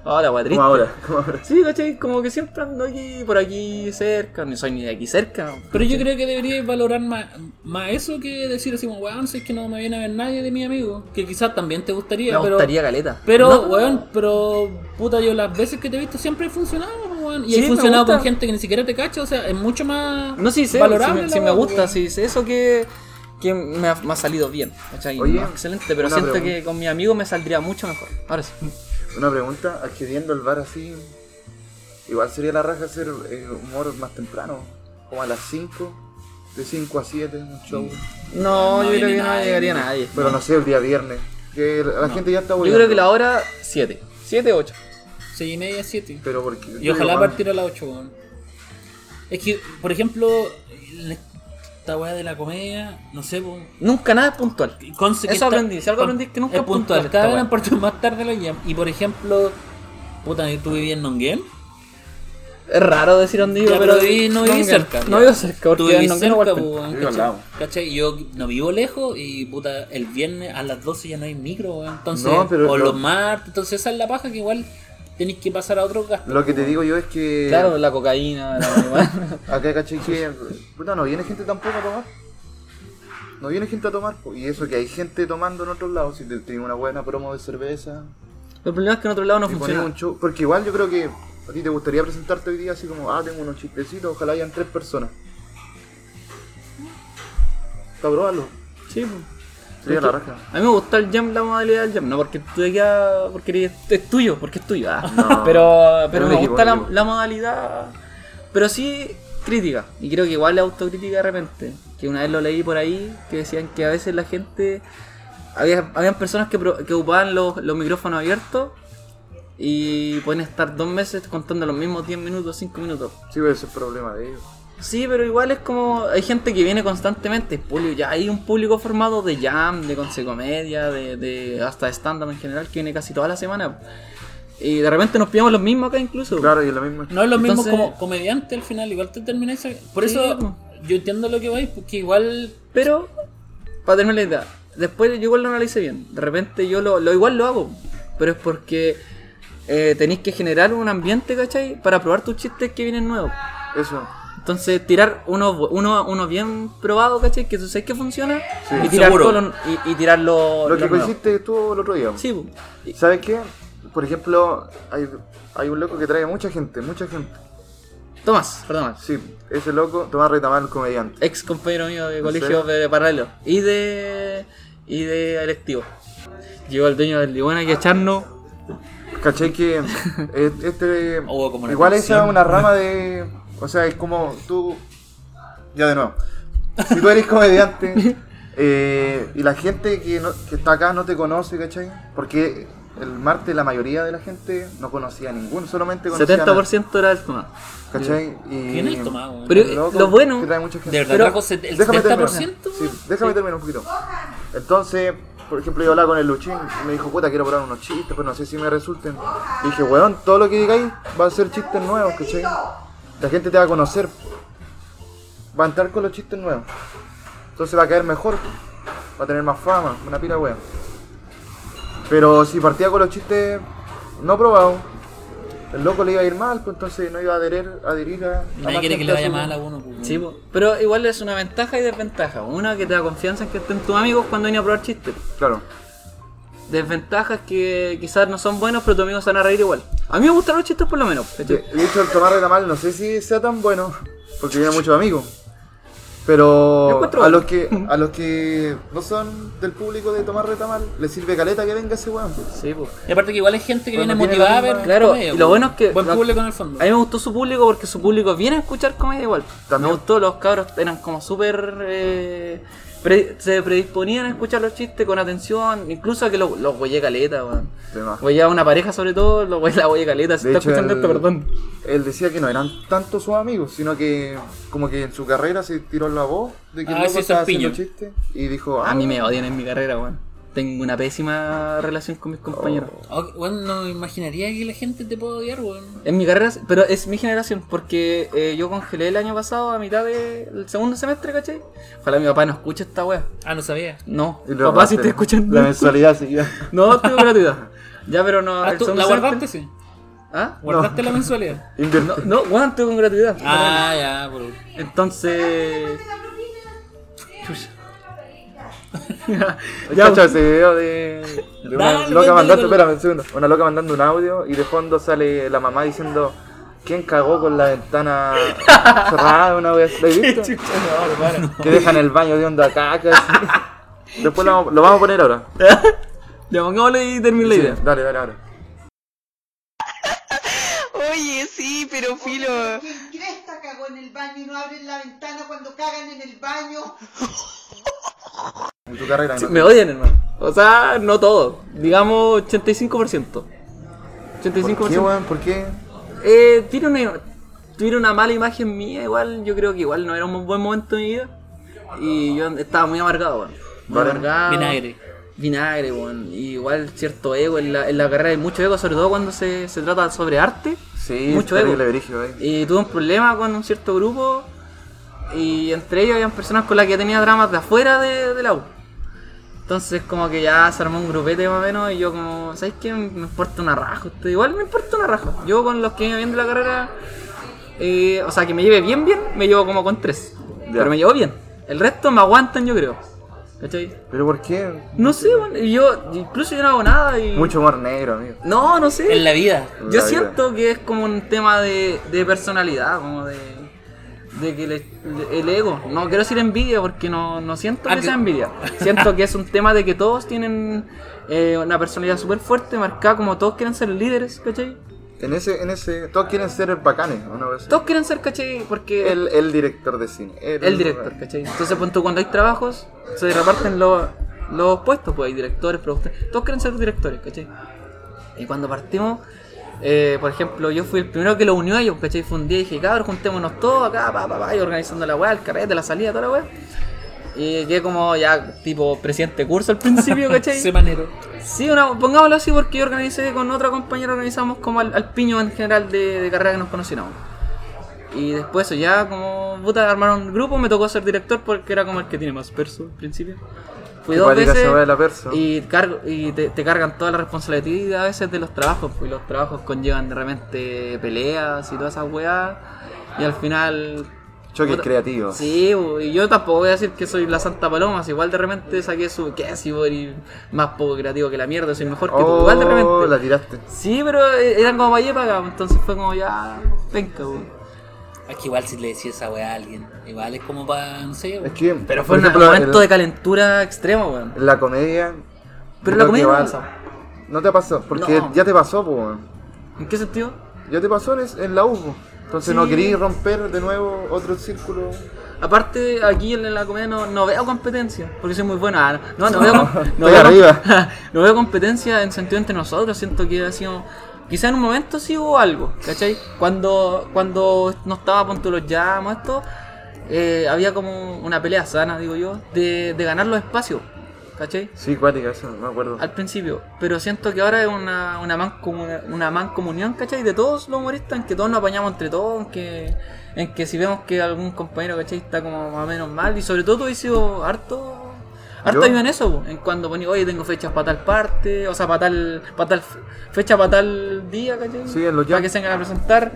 Speaker 3: Ahora,
Speaker 2: Como
Speaker 3: guatrista.
Speaker 2: ahora, como ahora.
Speaker 3: Sí, ¿cachai? Como que siempre ando aquí, por aquí cerca. No soy ni de aquí cerca.
Speaker 1: Pero yo creo que deberíais valorar más, más eso que decir así como, weón, si es que no me viene a ver nadie de mis amigos. Que quizás también te gustaría,
Speaker 3: Me
Speaker 1: pero...
Speaker 3: gustaría caleta.
Speaker 1: Pero,
Speaker 3: No.
Speaker 1: weón, pero puta, yo las veces que te he visto siempre he funcionado, pues, weón. Y
Speaker 3: Sí,
Speaker 1: he
Speaker 3: me
Speaker 1: funcionado
Speaker 3: gusta.
Speaker 1: con gente que ni siquiera te cacha, o sea, es mucho más
Speaker 3: No, sí, sé, pues,
Speaker 1: valorable.
Speaker 3: si, me,
Speaker 1: la
Speaker 3: si me
Speaker 1: weá,
Speaker 3: gusta,
Speaker 1: weón.
Speaker 3: sí, sé eso que, que me, ha, me ha salido bien, ¿cachai?
Speaker 2: Oye,
Speaker 3: No, excelente, pero
Speaker 2: una
Speaker 3: siento
Speaker 2: pregunta.
Speaker 3: que con mi amigo me saldría mucho mejor. Ahora sí.
Speaker 2: Una pregunta, adquiriendo el bar así, igual sería la raja hacer eh, humor más temprano, como a las 5, de 5 a 7, un show.
Speaker 3: No, yo creo
Speaker 1: viene
Speaker 3: que Mm. no
Speaker 1: nadie.
Speaker 3: llegaría a nadie.
Speaker 2: Pero no sé, el día viernes, que la gente ya está
Speaker 3: Yo
Speaker 2: volviendo.
Speaker 3: creo que la hora 7. 7, 8.
Speaker 1: Seis y media, siete.
Speaker 2: Pero porque...
Speaker 1: Y ojalá
Speaker 2: no,
Speaker 1: partir a las 8, weón. Es que, por ejemplo, la- esta weá de la comedia, no sé, weón.
Speaker 3: Nunca nada es puntual.
Speaker 1: Conce que
Speaker 3: Eso
Speaker 1: está-
Speaker 3: aprendí, si algo
Speaker 1: con-
Speaker 3: aprendí es que nunca
Speaker 1: es
Speaker 3: es
Speaker 1: puntual.
Speaker 3: puntual
Speaker 1: Cada
Speaker 3: esta
Speaker 1: vez
Speaker 3: weá.
Speaker 1: parto más tarde la guía. Y por ejemplo, puta, yo estuve viviendo en Game.
Speaker 3: Es raro decir dónde vivo,
Speaker 1: Ya,
Speaker 3: pero.
Speaker 1: pero viví- no viví
Speaker 3: venga.
Speaker 1: cerca,
Speaker 3: No
Speaker 1: ya.
Speaker 3: vivo cerca, porque
Speaker 1: Tú vivís
Speaker 3: no
Speaker 1: cerca,
Speaker 3: quiero golpe.
Speaker 1: po, weón,
Speaker 2: Yo vivo al
Speaker 1: ¿cachai?
Speaker 2: lado.
Speaker 1: ¿Cachai? Yo no vivo lejos y puta, el viernes a las 12 ya no hay micro, weón. Entonces,
Speaker 2: No, pero
Speaker 1: o
Speaker 2: lo-
Speaker 1: los martes, entonces esa es la paja que igual tenéis que pasar a otro gasto.
Speaker 2: Lo que te digo yo es que...
Speaker 3: Claro, la cocaína, la marihuana.
Speaker 2: Acá caché que... Puta, no viene gente tampoco a tomar. No viene gente a tomar, po, y eso que hay gente tomando en otros lados, si te tiene una buena promo de cerveza,
Speaker 3: El problema es que en otro lado no
Speaker 2: Y poner
Speaker 3: funciona.
Speaker 2: un show- Porque igual yo creo que a ti te gustaría presentarte hoy día así como, ah, tengo unos chistecitos, ojalá hayan tres personas. Para probarlo.
Speaker 3: Sí, pues. po.
Speaker 2: Sería la raja.
Speaker 3: A mí me gusta el jam, la modalidad del jam. No porque tú te quedas. Porque eres- es tuyo, porque es tuyo. ah.
Speaker 2: No.
Speaker 3: pero pero
Speaker 2: Es un
Speaker 3: me
Speaker 2: equipo,
Speaker 3: gusta
Speaker 2: un
Speaker 3: la,
Speaker 2: equipo.
Speaker 3: la modalidad. Pero sí crítica. Y creo que igual la autocrítica de repente. Que una vez lo leí por ahí que decían que a veces la gente. Había, habían personas que, pro- que ocupaban los, los micrófonos abiertos y pueden estar dos meses contando los mismos 10 minutos, 5 minutos.
Speaker 2: Sí, pero ese es problema de ellos.
Speaker 3: Sí, pero igual es como. Hay gente que viene constantemente. público- ya hay un público formado de jam, de consecomedia, de, de hasta stand-up en general, que viene casi toda la semana. Y de repente nos pillamos los mismos acá incluso.
Speaker 2: Claro, y es lo mismo.
Speaker 1: No es lo
Speaker 3: Entonces-
Speaker 1: mismo como comediante al final, igual te termináis. sac- Por
Speaker 3: Sí, pues.
Speaker 1: eso
Speaker 3: po.
Speaker 1: yo entiendo lo que vais, porque igual.
Speaker 3: Pero, para terminar la idea, después yo igual lo analicé bien. De repente yo lo, lo igual lo hago. Pero es porque eh, tenéis que generar un ambiente, ¿cachai? Para probar tus chistes que vienen nuevos.
Speaker 2: Eso.
Speaker 3: Entonces, tirar uno, bu- uno, uno bien probado, ¿cachai? Que tú sabes que funciona.
Speaker 2: Sí.
Speaker 3: y, tirar
Speaker 1: Seguro.
Speaker 3: todo lo- y, y tirar lo-
Speaker 2: Lo que
Speaker 3: lo nuevo.
Speaker 2: coincidiste tú el otro día.
Speaker 3: Sí, bu. Y-
Speaker 2: ¿Sabes qué? Por ejemplo, hay, hay un loco que trae mucha gente, mucha gente.
Speaker 3: Tomás, perdón. Tomás.
Speaker 2: Sí, ese loco, Tomás Retamar, el comediante.
Speaker 3: Ex compañero mío de
Speaker 2: ¿En
Speaker 3: colegio de paralelo y de. y de electivo. Llegó el dueño del Liguana aquí a echarnos.
Speaker 2: ¿Cachai que eh, este
Speaker 1: Hubo como una
Speaker 2: igual esa
Speaker 1: tensión.
Speaker 2: es una rama de o sea es como tú ya de nuevo si tú eres comediante eh, y la gente que, no- que está acá no te conoce ¿cachai? porque el martes la mayoría de la gente no conocía a ninguno, solamente conocía a Matt,
Speaker 3: 70% era el tomado.
Speaker 2: ¿Cachai? Y...
Speaker 1: ¿Quién es tomado, weón?
Speaker 3: Pero- Lo bueno-
Speaker 2: que trae mucha gente.
Speaker 1: ¿De verdad
Speaker 3: Pero-
Speaker 1: trajo set- el
Speaker 2: Déjame
Speaker 1: 70%?
Speaker 2: terminar. Sí,
Speaker 1: weón?
Speaker 2: déjame terminar un poquito. Entonces, por ejemplo, yo hablaba con el Luchín y me dijo, puta, quiero probar unos chistes, pero no sé si me resulten. Y dije, weón, todo lo que digáis va a ser chistes nuevos, ¿cachai? La gente te va a conocer. Va a entrar con los chistes nuevos. Entonces va a caer mejor. Va a tener más fama, una pila weón. Pero si partía con los chistes no probados, el loco le iba a ir mal, pues entonces no iba a adherir, adherir a. a
Speaker 1: Nadie
Speaker 2: más
Speaker 1: quiere que
Speaker 2: gente
Speaker 1: le
Speaker 2: a
Speaker 1: vaya
Speaker 2: su-
Speaker 1: mal a uno,
Speaker 2: Mm.
Speaker 1: pues, weón.
Speaker 3: Sí, po. pero igual es una ventaja y desventaja. Una que te da confianza en que estén tus amigos cuando vienen a probar chistes.
Speaker 2: Claro.
Speaker 3: Desventajas que quizás no son buenos, pero tus amigos se van a reír igual. A mí me gustan los chistes por lo menos.
Speaker 2: De, de hecho, el tomar retamal no sé si sea tan bueno, porque tiene muchos amigos.
Speaker 3: Yo
Speaker 2: Pero
Speaker 3: encuentro
Speaker 2: a
Speaker 3: bueno.
Speaker 2: los que a los que no son del público de tomar retamal, les sirve caleta que venga ese weón.
Speaker 3: Sí, pues.
Speaker 1: Y aparte que igual hay gente que
Speaker 2: Pero
Speaker 1: viene
Speaker 2: no tiene
Speaker 1: motivada a
Speaker 2: la
Speaker 1: ver.
Speaker 2: misma-
Speaker 3: Claro,
Speaker 1: comedia, pues,
Speaker 3: y lo
Speaker 1: weón.
Speaker 3: bueno es que-
Speaker 1: Buen
Speaker 3: lo-
Speaker 1: público en el fondo.
Speaker 3: A mí me gustó su público porque su público viene a escuchar comedia igual.
Speaker 2: También.
Speaker 3: Me gustó, los cabros eran como súper. eh, pre- se predisponían a escuchar los chistes con atención, incluso a que los los huellé caleta, weón.
Speaker 2: De más.
Speaker 3: Huellé a una pareja sobre todo, los huellé la huellé caleta. Si
Speaker 2: De
Speaker 3: está
Speaker 2: hecho,
Speaker 3: escuchando
Speaker 2: él-
Speaker 3: esto, perdón.
Speaker 2: Él decía que no eran tanto sus amigos, sino que como que en su carrera se tiró la voz de que el
Speaker 1: Ah,
Speaker 2: loco
Speaker 1: sí,
Speaker 2: estaba
Speaker 1: son
Speaker 2: haciendo
Speaker 1: pillos.
Speaker 2: chistes y dijo, ah,
Speaker 3: A mí me odian en mi carrera, weón. Tengo una pésima relación con mis compañeros.
Speaker 1: Oh, weón, no imaginaría que la gente te pueda odiar, weón.
Speaker 3: En mi carrera, pero es mi generación, porque eh, yo congelé el año pasado a mitad de- del segundo semestre, ¿cachai? Ojalá mi papá no escuche esta wea.
Speaker 1: Ah, no sabía.
Speaker 3: No,
Speaker 2: y lo
Speaker 3: papá, si
Speaker 2: raste.
Speaker 3: te escuchan.
Speaker 2: La mensualidad seguía.
Speaker 3: No, tengo gratuidad. Ya, pero no.
Speaker 1: Ah,
Speaker 3: el
Speaker 1: tú,
Speaker 3: segundo
Speaker 1: ¿La guardaste,
Speaker 3: semestre-
Speaker 1: sí?
Speaker 3: ¿Ah?
Speaker 1: ¿Guardaste la mensualidad?
Speaker 2: Invertí.
Speaker 3: No, no, weón, tengo con gratuidad.
Speaker 1: Ah, ya, por...
Speaker 3: Entonces.
Speaker 2: Ya, ese video de, de una
Speaker 1: Dale,
Speaker 2: loca
Speaker 1: cuéntale,
Speaker 2: mandando,
Speaker 1: cuéntale.
Speaker 2: espérame un segundo, una loca mandando un audio y de fondo sale la mamá diciendo ¿Quién cagó con la ventana cerrada una vez? ¿Lo has visto? Que dejan el baño de onda caca. así. Después lo, lo vamos a poner ahora.
Speaker 3: Ya, pongámosle y termino la
Speaker 2: Sí,
Speaker 3: idea.
Speaker 2: dale, dale, ahora.
Speaker 6: Oye, sí, pero filo.
Speaker 7: ¿Quién cresta cagó en el baño y no abren la ventana cuando cagan en el baño?
Speaker 2: En tu carrera.
Speaker 3: Sí,
Speaker 2: ¿no?
Speaker 3: me odian, hermano. O sea, no todo. Digamos 85%.
Speaker 2: ¿Por qué,
Speaker 3: 85%.
Speaker 2: weón? ¿Por qué?
Speaker 3: Eh, tiene una, tiene una mala imagen mía, igual. Yo creo que igual no era un buen momento de mi vida. Y yo estaba muy amargado, weón. Muy
Speaker 2: Vale.
Speaker 3: amargado.
Speaker 1: Vinagre.
Speaker 3: Vinagre, weón. Y igual cierto ego. En la, en la carrera hay mucho ego, sobre todo cuando se, se trata sobre arte.
Speaker 2: Sí,
Speaker 3: mucho ego.
Speaker 2: terrible brígido, eh.
Speaker 3: Y tuve un problema con un cierto grupo. Y entre ellos habían personas con las que yo tenía dramas de afuera de, de la U. Entonces como que ya se armó un grupete más o menos y yo como, ¿sabes qué? Me importa una raja. Usted igual me importa una raja. Yo con los que me vienen de la carrera, eh, o sea, que me lleve bien, bien, me llevo como con tres.
Speaker 2: Ya.
Speaker 3: Pero me llevo bien. El resto me aguantan, yo creo. ¿Cachai?
Speaker 2: ¿Pero por qué?
Speaker 3: No sé, bueno, y yo incluso yo no hago nada y...
Speaker 2: Mucho humor negro, amigo.
Speaker 3: No, no sé.
Speaker 1: En la vida.
Speaker 2: La
Speaker 3: Yo
Speaker 2: vida.
Speaker 3: siento que es como un tema de, de personalidad, como de, de que le- le- el ego. No quiero decir envidia porque no, no siento
Speaker 1: Ah,
Speaker 3: que
Speaker 1: que-
Speaker 3: sea envidia. Siento que es un tema de que todos tienen eh, una personalidad súper fuerte, marcada como todos quieren ser líderes, ¿cachai?
Speaker 2: En ese, en ese, todos quieren ser bacanes, una vez.
Speaker 3: Todos quieren ser, ¿cachai? Porque
Speaker 2: El, el director de cine.
Speaker 3: el director, ¿cachai? Entonces, pon tú, cuando hay trabajos, se reparten los, los puestos, pues hay directores, productores, todos quieren ser directores, ¿cachai? Y cuando partimos, eh, por ejemplo, yo fui el primero que lo unió a ellos, ¿cachai? Fue un día y dije, cabrón, juntémonos todos acá, pa, pa, pa, y organizando la weá, el carrete, la salida, toda la weá. Y quedé como ya, tipo, presidente de curso al principio, ¿cachai?
Speaker 1: Semanero.
Speaker 3: Sí, una, pongámoslo así porque yo organicé con otra compañera, organizamos como al, al piño en general de, de carrera que nos conociéramos. Y después eso ya como puta armaron un grupo, me tocó ser director porque era como el que tiene más perso al principio. Fui
Speaker 2: Qué
Speaker 3: dos
Speaker 2: cuática esa
Speaker 3: veces
Speaker 2: weá de la perso.
Speaker 3: y, cargo, y te, te cargan toda la responsabilidad a veces de los trabajos, pues y los trabajos conllevan de repente peleas y todas esas weas. Y al final
Speaker 2: Choques
Speaker 3: Puta-
Speaker 2: creativos.
Speaker 3: Sí, bo, y yo tampoco voy a decir que soy la Santa Paloma, si igual de repente saqué su que si voy más poco creativo que la mierda, soy mejor que tú,
Speaker 2: Oh,
Speaker 3: igual de repente.
Speaker 2: la tiraste.
Speaker 3: Sí, pero eh, eran como para allá y para acá, entonces fue como ya, penca, bo.
Speaker 1: Es que igual si le decía esa weá a alguien, igual es como para, no sé,
Speaker 2: Es
Speaker 1: weón.
Speaker 2: que,
Speaker 3: Pero
Speaker 2: por
Speaker 3: fue un
Speaker 2: ejemplo,
Speaker 3: momento de
Speaker 2: en-
Speaker 3: calentura extrema, weón.
Speaker 2: en La comedia.
Speaker 3: Pero
Speaker 2: yo creo que
Speaker 3: la comedia no
Speaker 2: va-
Speaker 3: me pasa.
Speaker 2: No te pasó, porque
Speaker 3: No.
Speaker 2: ya te pasó, po, weón.
Speaker 3: ¿En qué sentido?
Speaker 2: Ya te pasó en, es- en la U, po. Entonces
Speaker 3: Sí.
Speaker 2: no querí romper de nuevo otro círculo
Speaker 3: Aparte, aquí en la comedia no, no veo competencia, porque soy muy bueno. Ah, no, no, no veo, com- no,
Speaker 2: Estoy
Speaker 3: veo com-
Speaker 2: arriba.
Speaker 3: no veo competencia en sentido entre nosotros. Siento que ha sido. Quizá en un momento sí hubo algo, ¿cachai? Cuando, cuando no estaba Ponte los Llamos, esto, eh, había como una pelea sana, digo yo, de, de ganar los espacios, ¿cachai?
Speaker 2: Sí, cuática, eso, no me acuerdo.
Speaker 3: al principio, pero siento que ahora es una, una, mancomun- una mancomunión, ¿cachai? De todos los humoristas, en que todos nos apañamos entre todos, en que, en que si vemos que algún compañero, ¿cachai? Está como más o menos mal, y sobre todo tú has sido harto... Harto
Speaker 2: ¿Yo?
Speaker 3: ayuda en eso, po, en cuando poní, oye, tengo fechas para tal parte, o sea, para tal, para tal fe- fecha, para tal día, ¿cachai?
Speaker 2: Sí, en los
Speaker 3: Para
Speaker 2: ya.
Speaker 3: que se vengan a presentar,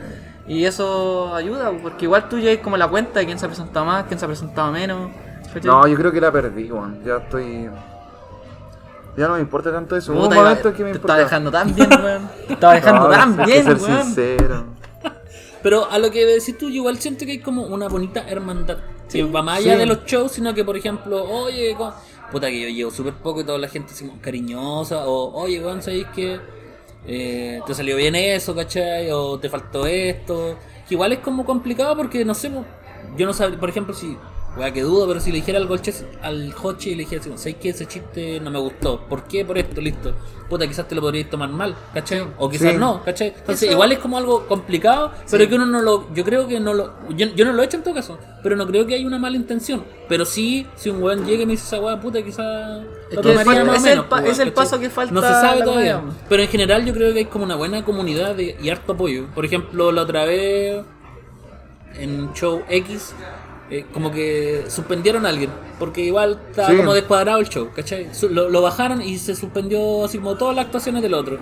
Speaker 3: y eso ayuda, po, porque igual tú llevas como la cuenta de quién se ha presentado más, quién se ha presentado menos, ¿cachai?
Speaker 2: No, yo creo que la perdí, weón. Ya estoy. Ya no me importa tanto eso. Hubo
Speaker 3: Puta,
Speaker 2: un
Speaker 3: iba-
Speaker 2: momento que me
Speaker 3: te
Speaker 2: importa.
Speaker 3: estaba dejando tan bien, weón. Te estaba dejando
Speaker 2: No,
Speaker 3: tan
Speaker 2: hay que
Speaker 3: bien,
Speaker 2: ser
Speaker 3: weón.
Speaker 2: sincero.
Speaker 1: Pero a lo que decís tú, yo igual siento que hay como una bonita hermandad. Que va más allá
Speaker 2: Sí.
Speaker 1: de los shows, sino que, por ejemplo, oye, co- puta que yo llevo súper poco y toda la gente así como cariñosa. O, oye, weón, ¿sabéis que eh, te salió bien eso, cachai? O te faltó esto. Que igual es como complicado porque, no sé, po, yo no sabría, por ejemplo, si, weá, que dudo, pero si le dijera al Golche, al Hoche y le dijera así, como, ¿sabéis que ese chiste no me gustó? ¿Por qué? Por esto, listo. Puta, quizás te lo podrías tomar mal, cachai? O quizás
Speaker 2: Sí.
Speaker 1: no, cachai? Entonces, igual es como algo complicado, pero que uno no lo. Yo creo que no lo. Yo, yo no lo he hecho en todo caso, pero no creo que haya una mala intención. Pero sí, si un weón llega y me dice esa weá puta, quizás.
Speaker 3: Es que falta- es el pa- es el paso que falta
Speaker 1: pues, No se sabe
Speaker 3: la
Speaker 1: todavía. pues.
Speaker 3: comedia.
Speaker 1: Pero en general, yo creo que hay como una buena comunidad de- y harto apoyo. Por ejemplo, la otra vez en un show X. eh, como que suspendieron a alguien, porque igual estaba
Speaker 2: Sí.
Speaker 1: como descuadrado el show, ¿cachai? Su- Lo, lo bajaron y se suspendió así como todas las actuaciones del otro.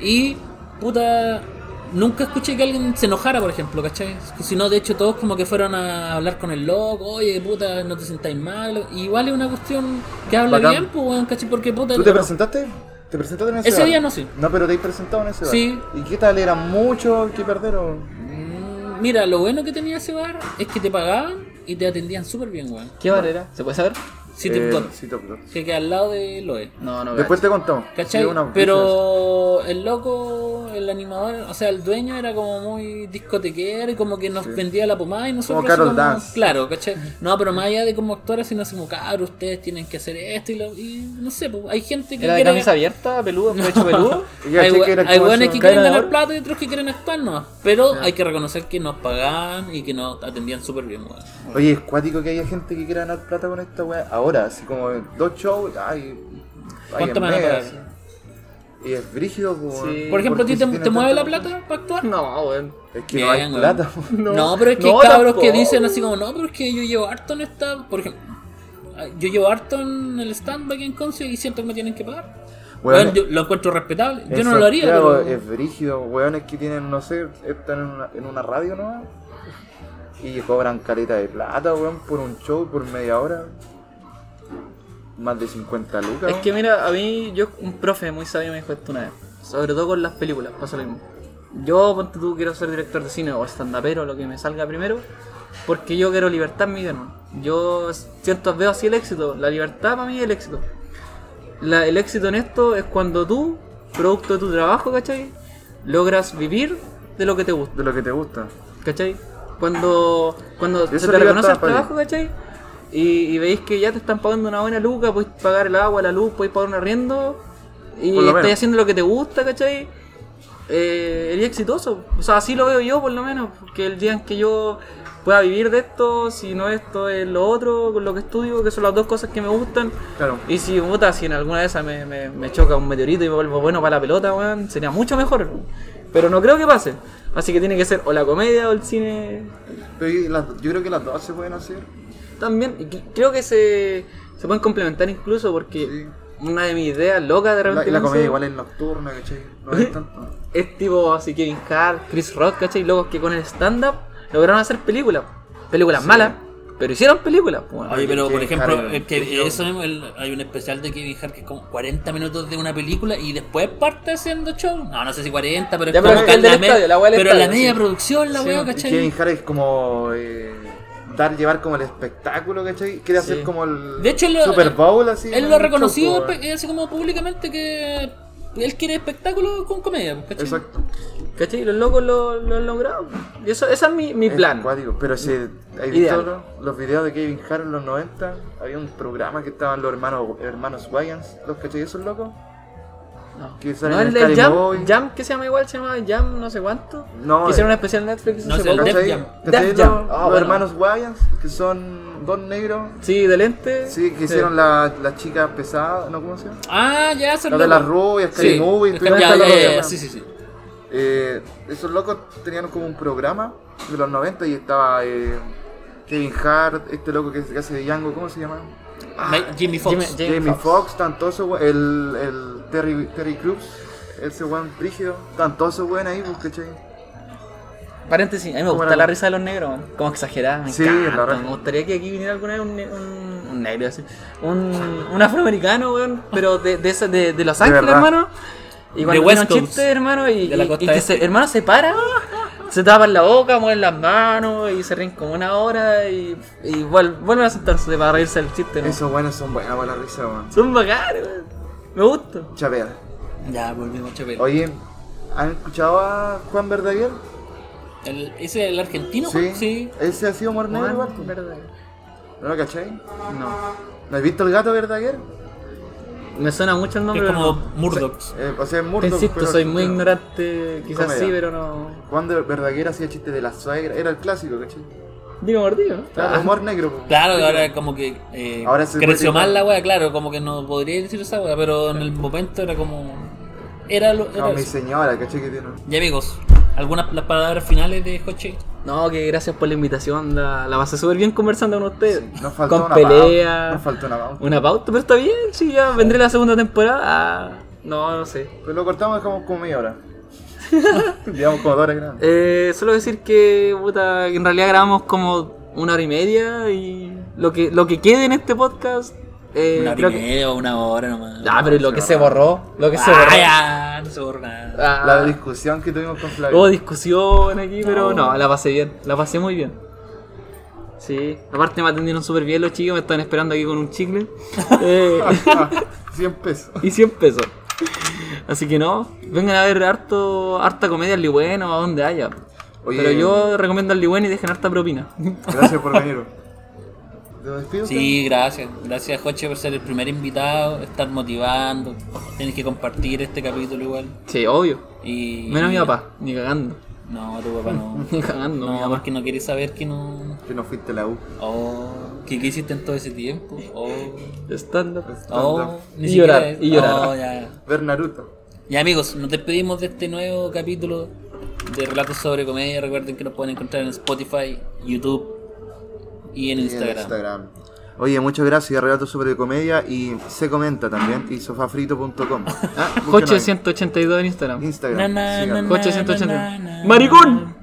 Speaker 1: Y, puta, nunca escuché que alguien se enojara, por ejemplo, ¿cachai? Si no, de hecho, todos como que fueron a hablar con el loco, oye, puta, no te sentáis mal. Igual es una cuestión que habla
Speaker 2: Bacán.
Speaker 1: bien, pues, weón, ¿cachai? Porque, puta,
Speaker 2: ¿Tú te
Speaker 1: no-
Speaker 2: presentaste? ¿Te presentaste en ese,
Speaker 1: Ese
Speaker 2: bar?
Speaker 1: día no, sí.
Speaker 2: No, pero te has presentado en ese bar.
Speaker 1: Sí.
Speaker 2: ¿Y qué tal? ¿Era mucho que perder o...?
Speaker 1: Mm, Mira, lo bueno que tenía ese bar es que te pagaban y te atendían súper bien, weón.
Speaker 3: ¿Qué barrera? ¿Se puede saber?
Speaker 1: Sí,
Speaker 2: Eh,
Speaker 1: te
Speaker 2: sí, Top Gun.
Speaker 1: que queda al lado de Loe.
Speaker 3: No, no.
Speaker 2: Después te contamos.
Speaker 1: ¿Cachai?
Speaker 2: Sí, una-
Speaker 1: Pero el loco, el animador, o sea, el dueño era como muy discotequero y como que nos vendía la pomada y nosotros.
Speaker 2: Como Carol
Speaker 1: así
Speaker 2: Dance.
Speaker 1: Claro, ¿cachai? No, pero más allá de como actores, sino así como, claro, ustedes tienen que hacer esto y, lo, y no sé, pues, hay gente que
Speaker 3: ¿Era de
Speaker 1: quiere-
Speaker 3: camisa abierta, peludo, pecho peludo?
Speaker 2: Y yo
Speaker 1: hay
Speaker 2: caché
Speaker 1: hue-
Speaker 2: que era
Speaker 1: hay
Speaker 2: como
Speaker 1: hueones
Speaker 2: su-
Speaker 1: que
Speaker 2: cadena
Speaker 1: quieren
Speaker 2: de
Speaker 1: ganar
Speaker 2: oro.
Speaker 1: plata y otros que quieren actuar, no. Pero hay que reconocer que nos pagaban y que nos atendían súper bien, weón.
Speaker 2: Oye, es cuático que haya gente que quiera ganar plata con esta weá. Ahora, así como dos shows, ay... ay,
Speaker 1: ¿Cuánto
Speaker 2: en
Speaker 1: me van a
Speaker 2: media,
Speaker 1: pagar?
Speaker 2: así. Y es brígido, po,
Speaker 3: Sí.
Speaker 2: weón.
Speaker 1: Por ejemplo, ¿a
Speaker 2: Porque
Speaker 1: ti
Speaker 2: si
Speaker 1: te,
Speaker 2: tiene
Speaker 1: te mueve la
Speaker 2: tanto-
Speaker 1: plata para actuar?
Speaker 3: No, weón.
Speaker 2: Es que
Speaker 1: Bien,
Speaker 2: no hay
Speaker 1: weón.
Speaker 2: plata, po.
Speaker 1: No, pero es que
Speaker 3: no,
Speaker 1: hay cabros que
Speaker 3: tampoco.
Speaker 1: dicen así como, no, pero es que yo llevo harto en esta. Por ejemplo, yo llevo harto en el stand-back en concert y siento que me tienen que pagar.
Speaker 2: Weón,
Speaker 1: Bueno, yo lo encuentro respetable. Yo
Speaker 2: en
Speaker 1: no lo haría,
Speaker 2: Santiago
Speaker 1: pero.
Speaker 2: Es brígido, weones que tienen, no sé, están en una, en una radio nueva y cobran caleta de plata, weón, por un show, por media hora. Más de 50 lucas.
Speaker 3: Es que mira, a mí, yo, un profe muy sabio me dijo esto una vez. Sobre todo con las películas, pasa lo mismo. Yo, ponte tú, quiero ser director de cine o stand-upero, lo que me salga primero, porque yo quiero libertad en mi vida, hermano. Yo siento, veo así el éxito. La libertad para mí es el éxito. La- el éxito en esto es cuando tú, producto de tu trabajo, ¿cachai? Logras vivir de lo que te gusta.
Speaker 2: De lo que te gusta.
Speaker 3: ¿Cachai? Cuando, cuando
Speaker 2: Eso
Speaker 3: se
Speaker 2: es
Speaker 3: te reconoce
Speaker 2: libertad,
Speaker 3: el trabajo,
Speaker 2: Fabi.
Speaker 3: ¿cachai? Y, y veis que ya te están pagando una buena luca, podéis pagar el agua, la luz, podéis pagar un arriendo y
Speaker 2: Por lo
Speaker 3: estás
Speaker 2: menos.
Speaker 3: haciendo lo que te gusta, ¿cachai? Eh, eres exitoso. O sea, así lo veo yo, por lo menos. Porque el día en que yo pueda vivir de esto, si no esto es lo otro, con lo que estudio, que son las dos cosas que me gustan.
Speaker 2: Claro.
Speaker 3: Y si, puta, si en alguna de esas me, me- me choca un meteorito y me vuelvo bueno para la pelota, weón, sería mucho mejor. Pero no creo que pase. Así que tiene que ser o la comedia o el cine
Speaker 2: Pero yo, las- yo creo que las dos se pueden hacer.
Speaker 3: también. Y cre- creo que se, se pueden complementar incluso porque una de mis ideas locas de
Speaker 2: La,
Speaker 3: repente
Speaker 2: la
Speaker 3: lanzo
Speaker 2: comedia igual es nocturna, ¿cachai? No es tanto.
Speaker 3: es tipo así Kevin Hart, Chris Rock, ¿cachai? Locos que con el stand-up lograron hacer películas. Películas malas, pero hicieron películas. weón.
Speaker 1: Oye, pero
Speaker 2: Kevin
Speaker 1: por ejemplo,
Speaker 2: Hart,
Speaker 1: el que, eso mismo, el- hay un especial de Kevin Hart que es como 40 minutos de una película y después parte haciendo show. No, no sé si 40, pero es
Speaker 3: Ya, pero
Speaker 1: como
Speaker 3: el
Speaker 1: que
Speaker 3: del
Speaker 1: me-
Speaker 3: estadio, la wea del
Speaker 1: Pero la
Speaker 3: estadio,
Speaker 1: media
Speaker 3: sí.
Speaker 1: producción, la
Speaker 3: Sí,
Speaker 1: wea,
Speaker 3: y
Speaker 2: Y
Speaker 1: ¿cachai?
Speaker 2: Kevin Hart es como. eh, dar, llevar como el espectáculo, ¿cachai? Quiere hacer como el.
Speaker 1: De hecho, él lo,
Speaker 2: Super Bowl así.
Speaker 1: él lo ha
Speaker 2: ¿no? Un show,
Speaker 1: reconocido
Speaker 2: po, weón.
Speaker 1: pe- así como públicamente que Él quiere espectáculo con comedia, pues, ¿cachai?
Speaker 2: Exacto.
Speaker 3: ¿Cachai? Los locos lo, lo han logrado. Y eso, ese es mi, mi
Speaker 2: Es
Speaker 3: plan.
Speaker 2: cuático, pero si hay
Speaker 3: Ideal.
Speaker 2: visto los, los videos de Kevin Hart en los 90, había un programa que estaban los hermanos hermanos Wayans, los cachai esos locos.
Speaker 3: No,
Speaker 2: que salen
Speaker 3: no
Speaker 2: en
Speaker 3: el del
Speaker 2: Sky
Speaker 3: Jam,
Speaker 2: Boy.
Speaker 3: Jam, que se llama igual, se llama Jam no sé cuánto.
Speaker 2: No,
Speaker 3: que hicieron
Speaker 2: eh.
Speaker 3: una especial en Netflix
Speaker 1: No
Speaker 3: hace
Speaker 1: sé,
Speaker 3: poco.
Speaker 1: Def
Speaker 2: ¿Cachai?
Speaker 1: Jam.
Speaker 2: ¿Cachai
Speaker 3: Def
Speaker 2: los-
Speaker 3: Jam.
Speaker 2: Los,
Speaker 3: Ah, bueno.
Speaker 2: hermanos Wayans, que son dos negros,
Speaker 3: Sí, de lente.
Speaker 2: sí, que hicieron la, la chica pesada, ¿no? ¿Cómo se llama?
Speaker 1: Ah, ya, son
Speaker 2: La de
Speaker 1: locos.
Speaker 2: las rubias, Sky
Speaker 1: Sí,
Speaker 2: Movie,
Speaker 1: es que-
Speaker 2: estuvieron
Speaker 1: ya,
Speaker 2: hasta
Speaker 1: ya,
Speaker 2: la
Speaker 1: ya,
Speaker 2: rueda.
Speaker 1: sí, sí, sí.
Speaker 2: Eh, esos locos tenían como un programa de los 90 y estaba eh, Kevin Hart, este loco que, que hace de Django, ¿cómo se llama?
Speaker 1: Ma- Jimmy Fox.
Speaker 3: Jimmy- Jamie
Speaker 2: Jamie
Speaker 3: Foxx.
Speaker 2: Foxx, están todos esos we- el, el Terry, Terry Crews, ese weón rígido, están todos esos weones ahí, pues, ¿cachai?
Speaker 3: Paréntesis, a mí me
Speaker 2: ¿Cómo
Speaker 3: gusta
Speaker 2: era?
Speaker 3: la risa de los negros, man. como exagerada, me
Speaker 2: Sí, la
Speaker 3: encanta.
Speaker 2: raja.
Speaker 3: Me gustaría que aquí viniera alguna vez un, ne- un, un negro así, un, un afroamericano, weón, pero de, de, esa- de, de Los Ángeles,
Speaker 2: verdad.
Speaker 3: hermano. Y cuando
Speaker 1: West
Speaker 3: viene un
Speaker 1: Coast.
Speaker 3: chiste, hermano, y,
Speaker 1: De la
Speaker 3: y-
Speaker 1: costa
Speaker 3: y que
Speaker 1: este.
Speaker 3: se- hermano se para, se tapan la boca, mueven las manos y se ríen como una hora y, y vuel- vuelven a sentarse para reírse del chiste, ¿no?
Speaker 2: Esos weones son buenos para la risa, weón.
Speaker 3: Son bacanes, weón. Me gusta.
Speaker 2: Chapea.
Speaker 1: Ya, volvimos, Chapel.
Speaker 2: Oye, ¿han escuchado a Juan Verdaguer?
Speaker 1: El- ¿Ese es el argentino?
Speaker 2: Sí.
Speaker 1: sí.
Speaker 2: Ese ha sido humor negro, igual,
Speaker 3: Juan
Speaker 2: pues.
Speaker 3: Verdaguer.
Speaker 2: ¿No lo cachai?
Speaker 3: No.
Speaker 2: ¿No has visto el gato Verdaguer?
Speaker 3: Me suena mucho el
Speaker 1: Que
Speaker 3: nombre.
Speaker 1: es
Speaker 3: pero
Speaker 1: como
Speaker 3: no.
Speaker 1: Murdoch.
Speaker 2: Eh, o sea, es
Speaker 3: Te
Speaker 2: Murdoch,
Speaker 3: Insisto,
Speaker 2: pero-
Speaker 3: soy muy
Speaker 2: pero-
Speaker 3: ignorante, quizás
Speaker 2: Comedia.
Speaker 3: sí, pero no.
Speaker 2: Juan de Verdaguer hacía chistes de la suegra, era el clásico, ¿cachai?
Speaker 3: Digo mordido.
Speaker 2: Claro, humor negro. pues.
Speaker 1: Claro, ahora como que eh,
Speaker 2: Ahora se
Speaker 1: creció
Speaker 2: puede-
Speaker 1: más la wea, claro, como que no podría decir esa wea, pero en el momento era como... Era lo... Era
Speaker 2: No, mi
Speaker 1: eso.
Speaker 2: señora, ¿cachai? Que tiene.
Speaker 1: Y amigos, algunas las palabras finales de Joche.
Speaker 3: No, que gracias por la invitación. La, la pasé súper bien conversando con ustedes.
Speaker 2: Nos faltó
Speaker 3: con
Speaker 2: una
Speaker 3: pelea,
Speaker 2: pauta. Nos faltó una pauta.
Speaker 3: una pauta, pero está bien, sí, ya vendré la segunda temporada. Ah, no, no sé.
Speaker 2: Pues lo cortamos y dejamos como media hora. Digamos como dos horas grandes.
Speaker 3: Eh, solo decir que, puta, que en realidad grabamos como una hora y media y lo que, lo que quede en este podcast. eh,
Speaker 1: una hora
Speaker 3: creo
Speaker 1: y
Speaker 3: que-
Speaker 1: media o una hora nomás.
Speaker 3: Ah, pero lo que se borró, lo que se borró.
Speaker 1: Ah, ya, no se borra nada.
Speaker 3: Ah.
Speaker 2: La discusión que tuvimos con Flavio.
Speaker 3: Hubo discusión aquí, pero no, la pasé bien, la pasé muy bien. Sí, aparte me atendieron súper bien los chicos, me están esperando aquí con un chicle. Eh,
Speaker 2: 100 pesos.
Speaker 3: y 100 pesos. Así que no, vengan a ver harto, harta comedia al Ligüeno, a donde haya.
Speaker 2: Oye.
Speaker 3: pero yo recomiendo al Ligüeno y dejen harta propina.
Speaker 2: Gracias por venir. ¿Te despido?
Speaker 1: Sí, gracias. Gracias, Joche, por ser el primer invitado, estar motivando. Tienes que compartir este capítulo igual.
Speaker 3: sí, obvio.
Speaker 1: Y...
Speaker 3: Menos mi papá, ni cagando.
Speaker 1: No, tu papá no.
Speaker 3: Ni cagando, mi
Speaker 1: no,
Speaker 3: papá.
Speaker 1: porque no quiere saber que no...
Speaker 2: Que no fuiste a la U.
Speaker 1: Oh, ¿qué, qué hiciste en todo ese tiempo? Oh...
Speaker 3: Stand up.
Speaker 1: Oh, ni
Speaker 3: Y
Speaker 1: siquiera
Speaker 3: llorar,
Speaker 1: es-
Speaker 3: y llorar.
Speaker 1: Oh, ya.
Speaker 2: Ver Naruto.
Speaker 1: Ya, amigos, nos despedimos de este nuevo capítulo de Relatos sobre Comedia. Recuerden que nos pueden encontrar en Spotify, YouTube y en
Speaker 2: Y en
Speaker 1: Instagram.
Speaker 2: Instagram. Oye, muchas gracias. Relatos sobre comedia y se comenta también. Y sofafrito.com. Ah, búsquenos ahí.
Speaker 3: Coche 182 en Instagram.
Speaker 2: Instagram.
Speaker 1: Na, na, na,
Speaker 2: síganos.
Speaker 1: na,
Speaker 3: Coche
Speaker 1: na, na,
Speaker 3: 180.
Speaker 1: na, na.
Speaker 3: ¡Maricón!